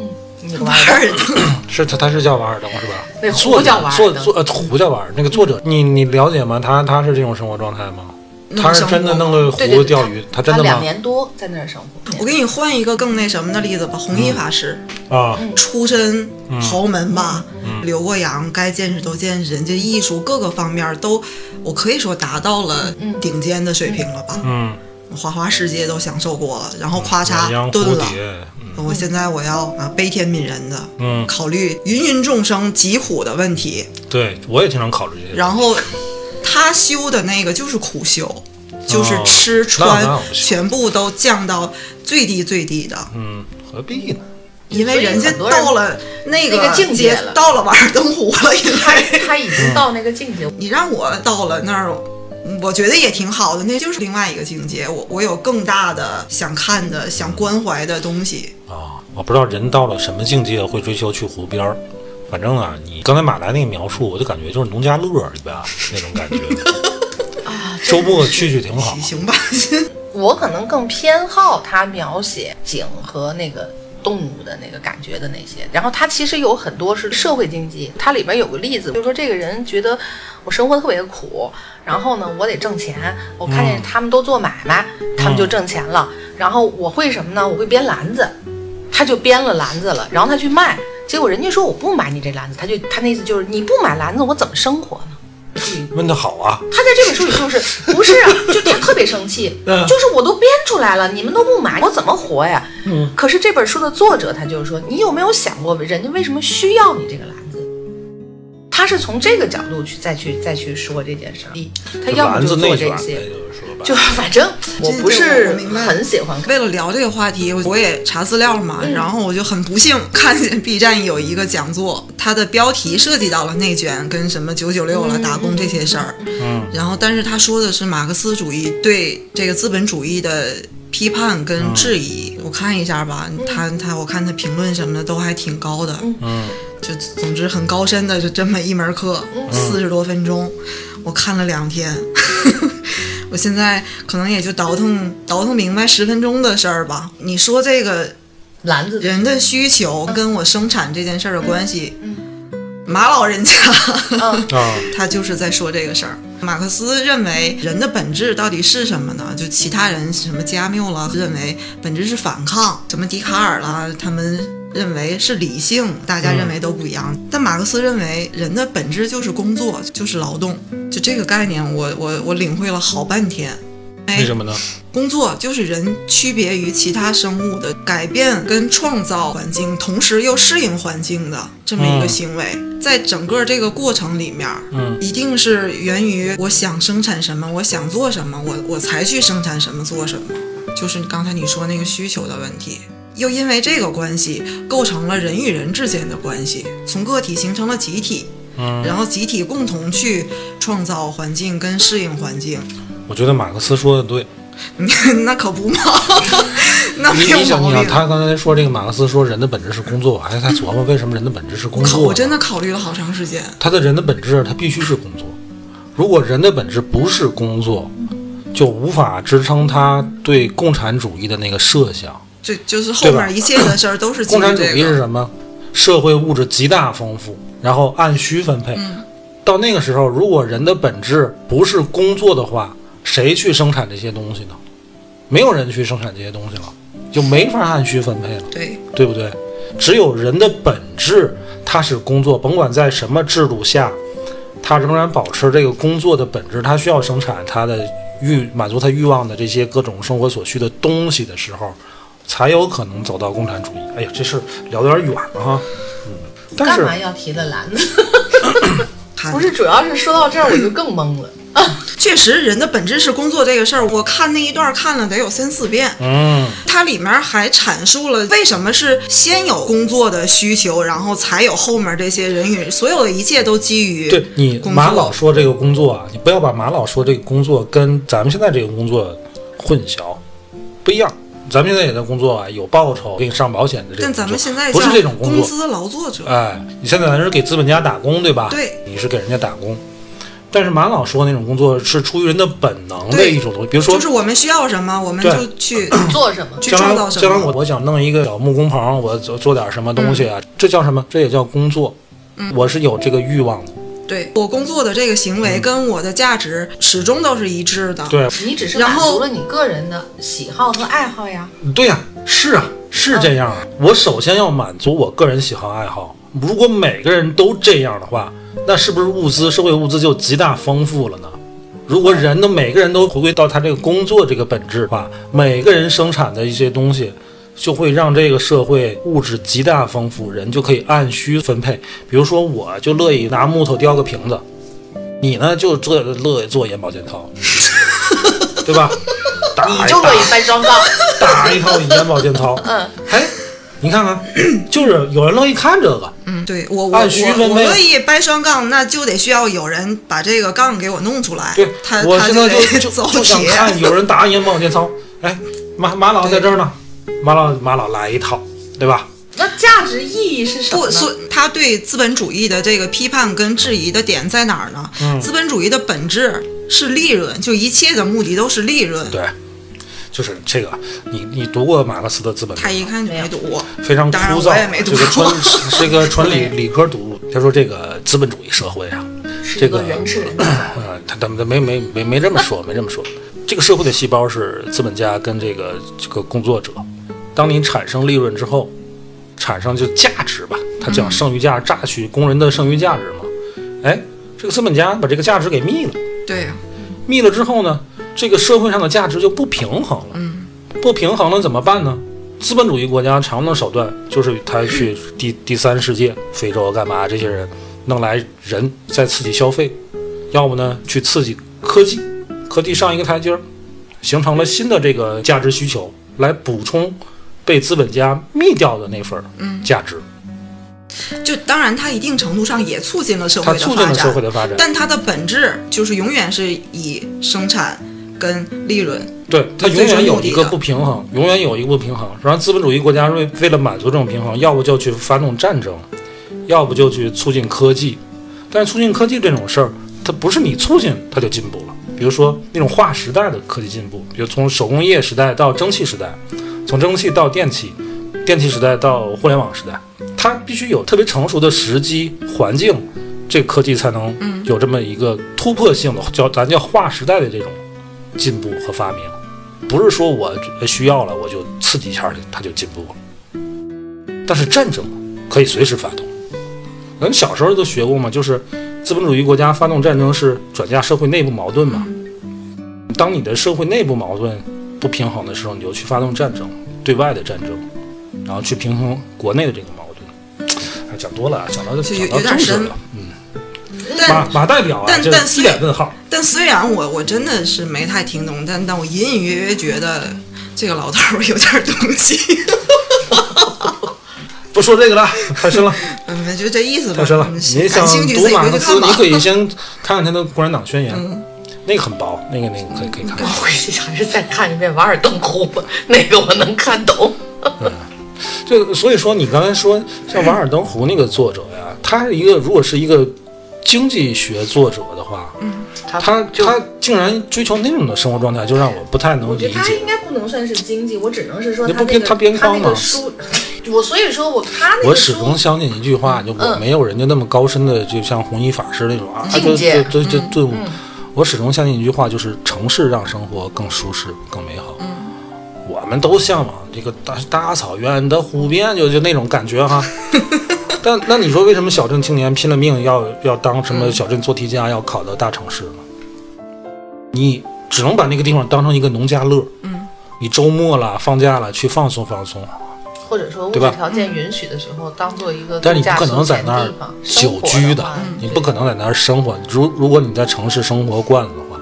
你玩
玩儿
是他，他是叫瓦尔登是吧？
那湖
作者
叫瓦尔
作
登嗯
作呃湖叫瓦尔，那个作者，你你了解吗？他他是这种生活状态吗？
弄
他是
生
真的
活
弄个
对对
湖
对，
钓鱼，他
他
真的
两
吗？
年多在那儿生活，
我给你换一个更那什么的例子吧，弘一法师。
啊，
嗯
出身
嗯
豪门吧，留过洋，该见识都见识，人家艺术各个方面都，我可以说达到了顶尖的水平了吧。
嗯，
花花世界都享受过了，然后咔
鸳鸯
嚓
嗯蝴
顿了。
蝶，嗯
我现在我要啊悲天悯人的，
嗯
考虑芸芸众生疾苦的问题，
对我也经常考虑这些。
然后他修的那个就是苦修，就是
哦
吃
那
穿
那我不行
全部都降到最低最低的。
嗯，何必呢？
因为人家
所以很多人
到了那
那个境界
节
了
到了瓦尔登湖了，应
他
该。
他已
嗯
经到那个境界，
你让我到了那儿，嗯我觉得也挺好的，那就是另外一个境界。我我有更大的想看的、想关怀的东西。
啊，我不知道人到了什么境界会追求去湖边儿。反正啊，你刚才马来那个描述，我就感觉就是农家乐里边儿那种感觉。啊，周末去去挺好
行。行吧，
我可能更偏好他描写景和那个动物的那个感觉的那些。然后他其实有很多是社会经济，它里边有个例子，就是说这个人觉得我生活特别苦，然后呢我得挣钱，我看见他们都做买卖，他们就挣钱了，然后我会什么呢？我会编篮子，他就编了篮子了，然后他去卖，结果人家说我不买你这篮子，他就他那意思就是你不买篮子我怎么生活呢？
问的好啊，
他在这本书里 就是不是啊，就他特别生气，
嗯
就是我都编出来了，你们都不买，我怎么活呀？
嗯，
可是这本书的作者他就是说，你有没有想过人家为什么需要你这个篮子？他是从这个角度去再去再去说这件事儿，一他
就
要
嗯
么
篮
就
子内
做
卷
这
呗，
些，
就是说吧，
就反正我不
我
是
明白
很喜欢看。
为了聊这个话题，我也查资料嘛，
嗯
然后我就很不幸看见 B 站有一个讲座，它的标题涉及到了内卷跟什么九九六
嗯
了、打工这些事儿。
嗯，
然后但是他说的是马克思主义对这个资本主义的批判跟质疑。我看一下吧，他他我看他评论什么的都还挺高的，
嗯，
就总之很高深的，就这么一门课，四十多分钟，我看了两天。 我现在可能也就倒腾倒腾明白十分钟的事儿吧。你说这个
篮子
人的需求跟我生产这件事儿的关系，马老人家，
啊，
他就是在说这个事儿。马克思认为人的本质到底是什么呢？就其他人什么加缪了，认为本质是反抗；什么笛卡尔啦，他们认为是理性，大家认为都不一样。但马克思认为人的本质就是工作，就是劳动。就这个概念我，我我领会了好半天。
为什么呢？
工作就是人区别于其他生物的改变跟创造环境，同时又适应环境的这么一个行为，在整个这个过程里面，
嗯，
一定是源于我想生产什么，我想做什么，我我才去生产什么做什么，就是刚才你说那个需求的问题。又因为这个关系，构成了人与人之间的关系，从个体形成了集体，
嗯，
然后集体共同去创造环境跟适应环境。
我觉得马克思说的对。
那 可不嘛，那没
你
有
你想，
毛
你想，
病。
他刚才说这个马克思说人的本质是工作，我还在琢磨为什么人的本质是工
考，
作。
我真的，考虑了好长时间。
他的人的本质，他必须是工作。如果人的本质不是工作，就无法支撑他对共产主义的那个设想。
就就是后面一切的事儿都是基
共
于
产主
这
义是
个，
什么？社会物质极大丰富，然后按需分配。
嗯
到那个时候，如果人的本质不是工作的话，谁去生产这些东西呢？没有人去生产这些东西了，就没法按需分配了，
对，
对不对？只有人的本质，它是工作，甭管在什么制度下，它仍然保持这个工作的本质，它需要生产它的欲满足它欲望的这些各种生活所需的东西的时候，才有可能走到共产主义。哎呀，这事儿聊得有点远了哈，嗯，但
干
是
嘛要提了篮子？
看
不是，主要是说到这儿我就更懵了。
确实人的本质是工作这个事儿，我看那一段看了得有三四遍。
嗯，
它里面还阐述了为什么是先有工作的需求，然后才有后面这些人与所有的一切都基于
对你
工作
马老说这个工作啊，你不要把马老说这个工作跟咱们现在这个工作混淆，不一样。咱们现在也在工作啊，有报酬，给你上保险的这种工
但
作，
咱们现在
不是
叫
这种工
工
作，
资劳作者，
哎，你现在咱是给资本家打工，对吧？
对，
你是给人家打工。但是马老说那种工作是出于人的本能的
对
一种东西，比如说
就是我们需要什么，我们
对
就 去
做什么？
去
将
创
来
造什
将来我
么。
我想弄一个小木工棚，我做做点什么东西
嗯
啊，这叫什么？这也叫工作。我是有这个欲望的。
对我工作的这个行为跟我的价值始终都是一致的。
嗯对，
你只是
然
满
后
足了你个人的喜好和爱好呀。
对呀、是啊，是这样啊。我首先要满足我个人喜好爱好。如果每个人都这样的话，那是不是物资社会物资就极大丰富了呢？如果人的每个人都回归到他这个工作这个本质的话，每个人生产的一些东西，就会让这个社会物质极大丰富，人就可以按需分配。比如说，我就乐意拿木头雕个瓶子，你呢就这乐意做眼保健操，对吧？打
你
一
就乐
打
意搬双杠，
打一套眼保健操，嗯，哎，你看看，就是有人乐意看这个，
嗯，对我我我
按需分配
我乐意掰双杠，那就得需要有人把这个杠给我弄出来。
对
他，
我
他
现在
得
就
走
就想
铁。
看有人打眼保健 操，哎，马马老在这儿呢，马老马老来一套，对吧？
那价值意义是什么
不，
呢？
所他对资本主义的这个批判跟质疑的点在哪儿呢？
嗯
资本主义的本质是利润，就一切的目的都是利润。
对，就是这个，你你读过马克思的《资本论
他》一看就没读过，
非常枯
当然
燥
我也没，
这
读
个纯
过。
是一个纯 理理科读物。他说这个资本主义社会啊，
是
这
一个人 吃人的。
呃，他他们没没没没这么说，没这么说。这个社会的细胞是资本家跟这个这个工作者。当你产生利润之后，产生就价值吧，他
嗯
讲剩余价值，榨取工人的剩余价值嘛。哎，这个资本家把这个价值给密了，
对呀，
密了之后呢，这个社会上的价值就不平衡了。
嗯，
不平衡了怎么办呢？资本主义国家常用的手段就是他 去第第三世界、非洲啊干嘛？这些人弄来人再刺激消费，要不呢去刺激科技，科技上一个台阶儿，形成了新的这个价值需求，来补充被资本家灭掉的那份儿
嗯
价值，
就当然，它一定程度上也促进了社
它
会的
促
发
进
展，
了社会的发展。
但它的本质就是永远是以生产跟利润。
对，它
最
永远
终
有
目的啊
一个
的
不平衡，永远有一个不平衡。然后资本主义国家为为了满足这种平衡，要不就去发动战争，要不就去促进科技。但是促进科技这种事儿，它不是你促进它就进步了。比如说那种划时代的科技进步，比如从手工业时代到蒸汽时代，从蒸汽到电气，电气时代到互联网时代，它必须有特别成熟的时机环境，这个科技才能
嗯
有这么一个突破性的叫咱叫划时代的这种进步和发明。不是说我需要了我就刺激一下它就进步了。但是战争可以随时发动。咱小时候都学过嘛，就是资本主义国家发动战争是转嫁社会内部矛盾嘛。当你的社会内部矛盾不平衡的时候，你就去发动战争，对外的战争，然后去平衡国内的这个矛盾。哎，讲多了啊，讲到
就
讲
有
到
有点
政治
深
了。嗯，马
但
马代表啊，
但
这
但
一脸问号。
但虽然我我真的是没太听懂，但但我隐隐约约觉得这个老头儿有点东西。
不说这个了，太深了。
嗯，就这意思吧。
太深了。
嗯
你想
感兴趣
读
自己
马
回
克
去
思，
看
你
吧。
可以先看看他的《共产党宣言》那个很薄，那个那个可以可以看。
我回去还是再看一遍《瓦尔登湖》 吧，那个我能看懂。
就所以说，你刚才说像瓦尔登湖那个作者呀，他是一个如果是一个经济学作者的话，他
就
他竟然追求那种的生活状态，就让我不太能
我觉
理
得他
解
应。该不能算是经济，我只能是说
那
他
不
那
编
个
他编
他那
纲吗
个 书，我所以说我他那
我
个
始终
书，
相信一句话，就我没有人家那么高深的，就像弘一法师那种啊，
嗯境
就
界嗯
就就就顿悟。我始终相信一句话，就是城市让生活更舒适、更美
嗯
好。我们都向往这个大大草原的湖边，就就那种感觉 哈。但那你说为什么小镇青年拼了命要要当什
嗯
么小镇做题家，要考到大城市呢？你只能把那个地方当成一个农家乐。嗯，你周末啦、放假啦去放松放松。
或者说物
对
质
吧
条件允许的时候，当做一个
但
度
你不
假
可
休
能在
闲
那儿
地方生
久
活
居的
话，嗯
你不可能在那儿生活。如如果你在城市生活惯了的话，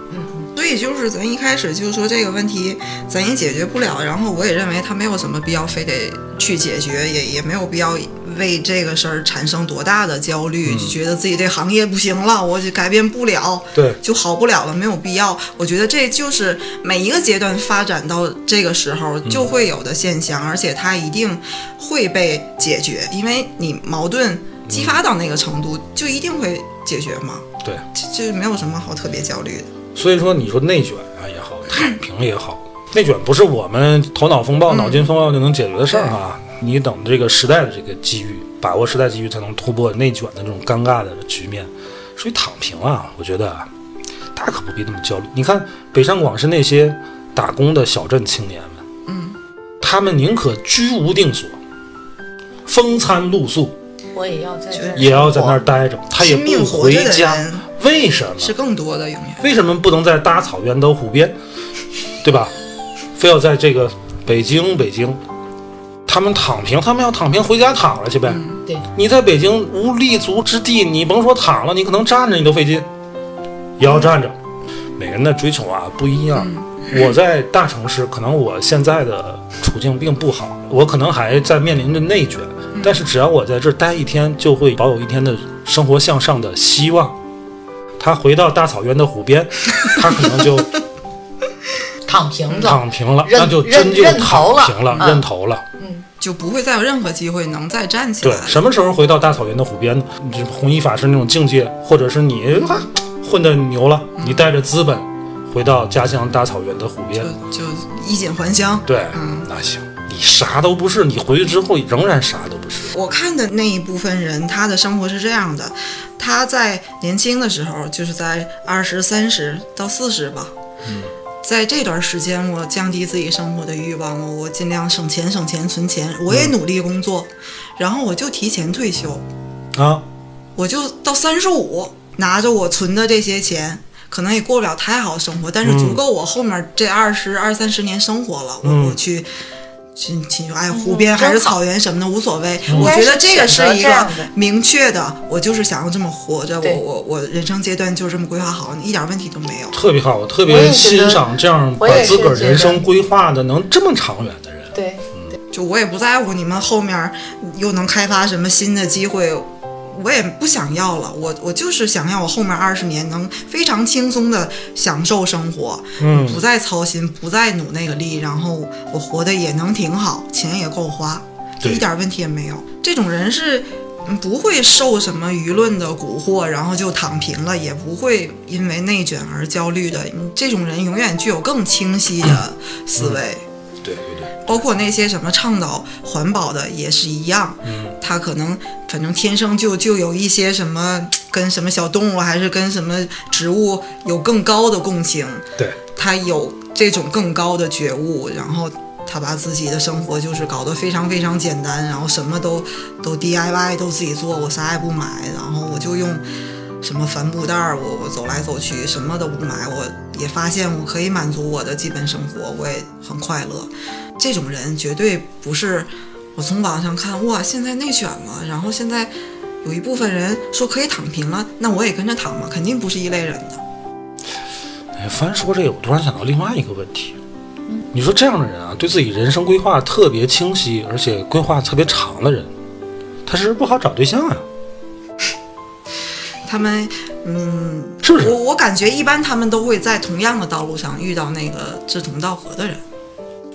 所以就是咱一开始就说这个问题咱也解决不了，然后我也认为他没有什么必要非得去解决，也也没有必要为这个事儿产生多大的焦虑，就觉得自己这行业不行了，我就改变不了，
对
就好不了了，没有必要。我觉得这就是每一个阶段发展到这个时候就会有的现象，而且它一定会被解决，因为你矛盾激发到那个程度，就一定会解决嘛，
对，
这就没有什么好特别焦虑的。
所以说你说内卷啊也好，躺平也好，内卷不是我们头脑
嗯
风暴、脑筋风暴就能解决的事儿啊。你等这个时代的这个机遇，把握时代机遇，才能突破内卷的这种尴尬的局面。所以躺平啊，我觉得啊，大可不必那么焦虑。你看北上广深那些打工的小镇青年们，嗯，他们宁可居无定所，风餐露宿，
我也要在这儿
也要在那儿待着，他也
拼
不
命活
回
着的
家
人。
为什
是
么？
更多的永远。
为什么不能在大草原的湖边，对吧？非要在这个北京，北京，他们躺平，他们要躺平，回家躺着去呗。
对，
你在北京无立足之地，你甭说躺了，你可能站着你都费劲，也要站着。每个人的追求啊不一样，
嗯
我在大城市，可能我现在的处境并不好，我可能还在面临着内卷，
嗯
但是只要我在这儿待一天，就会保有一天的生活向上的希望。他回到大草原的湖边，他可能 就
躺平了，
躺平了，
认
那就真就
认认
躺
头了
平了，
嗯
认头了。
就不会再有任何机会能再站起
对
来，了。
什么时候回到大草原的湖边呢？你这弘一法师那种境界，或者是你啊混的牛了，
嗯
你带着资本回到家乡大草原的湖边，
就就衣锦还乡。
对
嗯，
那行，你啥都不是，你回去之后仍然啥都不是。
我看的那一部分人，他的生活是这样的：他在年轻的时候，就是在二十三十到四十吧，在这段时间，我降低自己生活的欲望，我我尽量省钱、省钱、存钱，我也努力工作，然后我就提前退休，
嗯
啊，
我就到三十五，拿着我存的这些钱。可能也过不了太好生活，但是足够我后面这二十二三十年生活了。
嗯
我我去去去，哎，湖边
嗯真
还是
好
草原什么的无所谓。我
该
觉
是
得这个是
选择这
一个
样的
明确的，我就是想要这么活着，我
对
我我人生阶段就这么规划好，一点问题都没有。
特别好，我特
我
别
也觉得
欣赏这样把
我也是
自个儿
觉得
人生规划的能这么长远的人。
对，
就我也不在乎你们后面又能开发什么新的机会，我也不想要了。我我就是想要我后面二十年能非常轻松的享受生活，
嗯
不再操心，不再努那个力，然后我活得也能挺好，钱也够花，
对
一点问题也没有。这种人是。嗯不会受什么舆论的蛊惑，然后就躺平了，也不会因为内卷而焦虑的。嗯这种人永远具有更清晰的
嗯
思维。
对对对，
包括那些什么倡导环保的也是一样，
嗯，
他可能反正天生就就有一些什么跟什么小动物还是跟什么植物有更高的共情，
对，
他有这种更高的觉悟，然后他把自己的生活就是搞得非常非常简单，然后什么都都 DIY 都自己做，我啥也不买，然后我就用什么帆布袋儿，我我走来走去，什么都不买，我也发现我可以满足我的基本生活，我也很快乐。这种人绝对不是我从网上看哇，现在内卷了，然后现在。有一部分人说可以躺平了，那我也跟着躺吧，肯定不是一类人的。
哎，翻说这个，我突然想到另外一个问题。你说这样的人啊，对自己人生规划特别清晰，而且规划特别长的人，他是不是不好找对象啊？
他们，嗯，
是不是
我我感觉一般他们都会在同样的道路上遇到那个志同道合的人，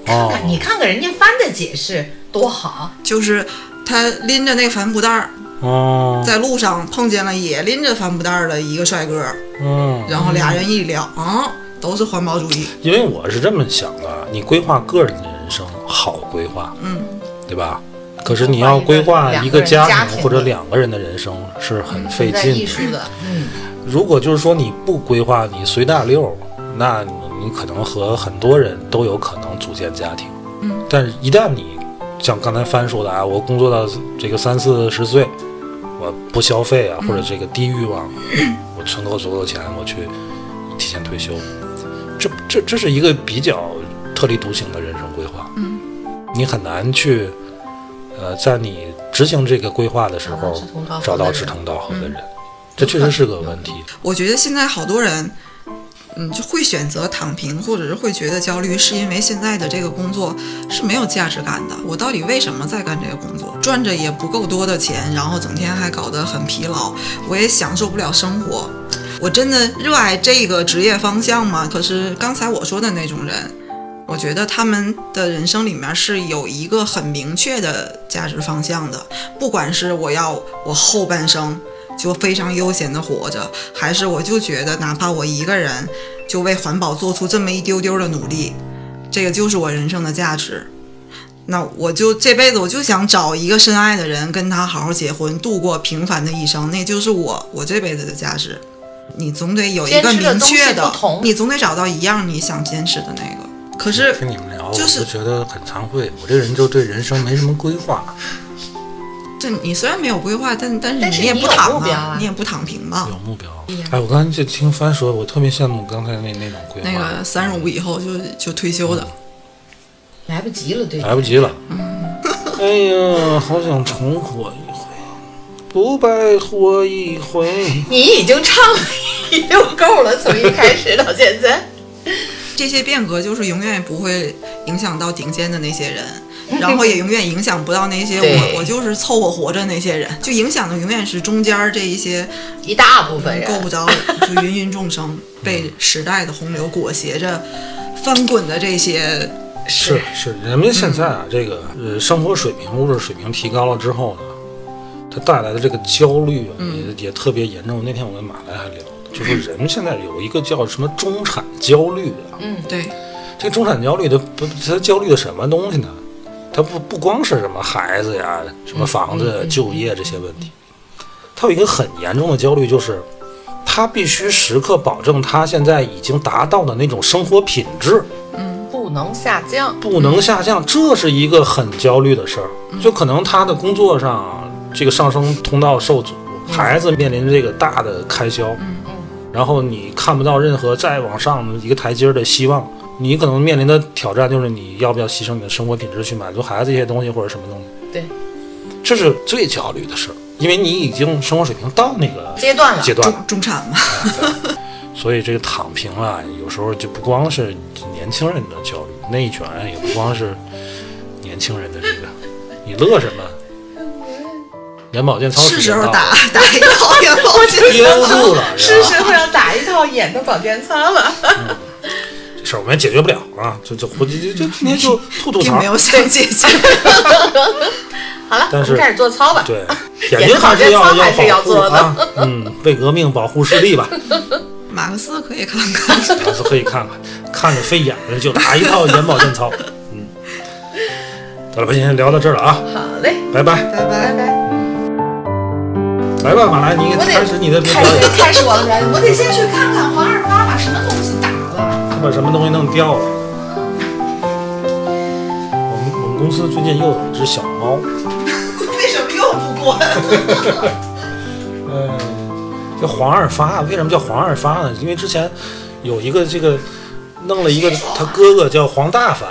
哦，
看你看看人家帆的解释多好，
就是他拎着那个帆布袋儿，
哦，
在路上碰见了也拎着帆布袋儿的一个帅哥，
嗯，
然后俩人一聊啊，都是环保主义，
因为我是这么想的啊，你规划个人的人生好规划，
嗯，
对吧？可是你要规划一个家庭或者两个人的人生是很费
在
劲
艺
的。
术的，嗯，
如果就是说你不规划，你随大溜，那你可能和很多人都有可能组建家庭。嗯，但是一旦你像刚才帆说的啊，我工作到这个三四十岁，我不消费啊，或者这个低欲 望，我存够足够的钱，我去提前退休，这这这是一个比较特立独行的人生规划。嗯，你很难去，呃，在你执行这个规划的时候找
找
到
到
志
志
同道合的人，嗯这确实是个问题。
我觉得现在好多人，嗯，就会选择躺平，或者是会觉得焦虑，是因为现在的这个工作是没有价值感的。我到底为什么在干这个工作？赚着也不够多的钱，然后整天还搞得很疲劳，我也享受不了生活。我真的热爱这个职业方向吗？可是刚才我说的那种人，我觉得他们的人生里面是有一个很明确的价值方向的，不管是我要我后半生就非常悠闲的活着，还是我就觉得哪怕我一个人就为环保做出这么一丢丢的努力，这个就是我人生的价值。那我就这辈子我就想找一个深爱的人，跟他好好结婚，度过平凡的一生，那就是我我这辈子的价值。你总得有一个
坚持的
明
东西
确
不同
你总得找到一样你想坚持的那个。可是
听你们聊，
就是
我就觉得很惭愧，我这人就对人生没什么规划，
这你虽然没有规划，但但
但
是
是
也
你
不
有
躺
目标
啊
啊，
你也不躺平吧
有？目标。哎，我刚才就听帆说，我特别羡慕刚才那那种规划，
那个三十五以后就就退休
嗯
的，
来不及了，对，
来不及了。
嗯
哎呀，好想重活一回，不白活一回。
你已经唱了一溜够了，从一开始到现在，
这些变革就是永远也不会影响到顶尖的那些人，然后也永远影响不到那些
嗯对
我我就是凑合活着那些人，就影响的永远是中间儿这一些
一大部分
够不
人，
着，就芸芸众生被
嗯
时代的洪流裹挟着翻滚的这些，
是是，人们现在
嗯
啊，这个呃生活水平、物质水平提高了之后呢，它带来的这个焦虑啊，
嗯
也也特别严重。那天我跟马来还聊，就说人现在有一个叫什么中产焦虑啊，
嗯
对，
这个中产焦虑它不它焦虑的什么东西呢？它不不光是什么孩子呀、什么房子、就业这些问题，它有一个很严重的焦虑，就是他必须时刻保证他现在已经达到的那种生活品质。
不能下降。
不能下降，这是一个很焦虑的事儿。就可能他的工作上这个上升通道受阻，孩子面临这个大的开销，然后你看不到任何再往上的一个台阶儿的希望。你可能面临的挑战就是你要不要牺牲你的生活品质去满足孩子一些东西或者什么东西，
对，
这是最焦虑的事儿，因为你已经生活水平到那个
阶段了
阶段了。
中中产嘛，
所以这个躺平啊，有时候就不光是年轻人的焦虑，内卷也不光是年轻人的这个，你乐什么？眼保健操
是时候
间到了
打打一套养老金。
憋不住了，
是
吧
时候要打一套眼的保健操了。
这事儿我们也解决不了啊，就就回去就就今天就吐吐
并
槽
没。有想解决，
好了，我
但是
们开始做操吧。
对，眼睛还是要
眼睛保健操还是要
保护
做的
啊，嗯，为革命保护视力吧，
马克思可以看看。
下次可以看看，看着飞眼睛就打一套 眼保健操。嗯，得了吧，今天聊到这儿了啊，
好嘞，
拜拜。
拜拜
拜。拜。
来吧，马来，你给
我得
开始你的表
开始
演。
开始我的表演，我得先去看看黄二发吧。
把什么东西弄掉了。我们我们公司最近又有一只小猫，
为什么又不过？
呃，叫黄二发。为什么叫黄二发呢？因为之前有一个这个弄了一个他哥哥叫黄大发，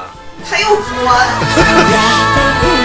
他又不过。
的故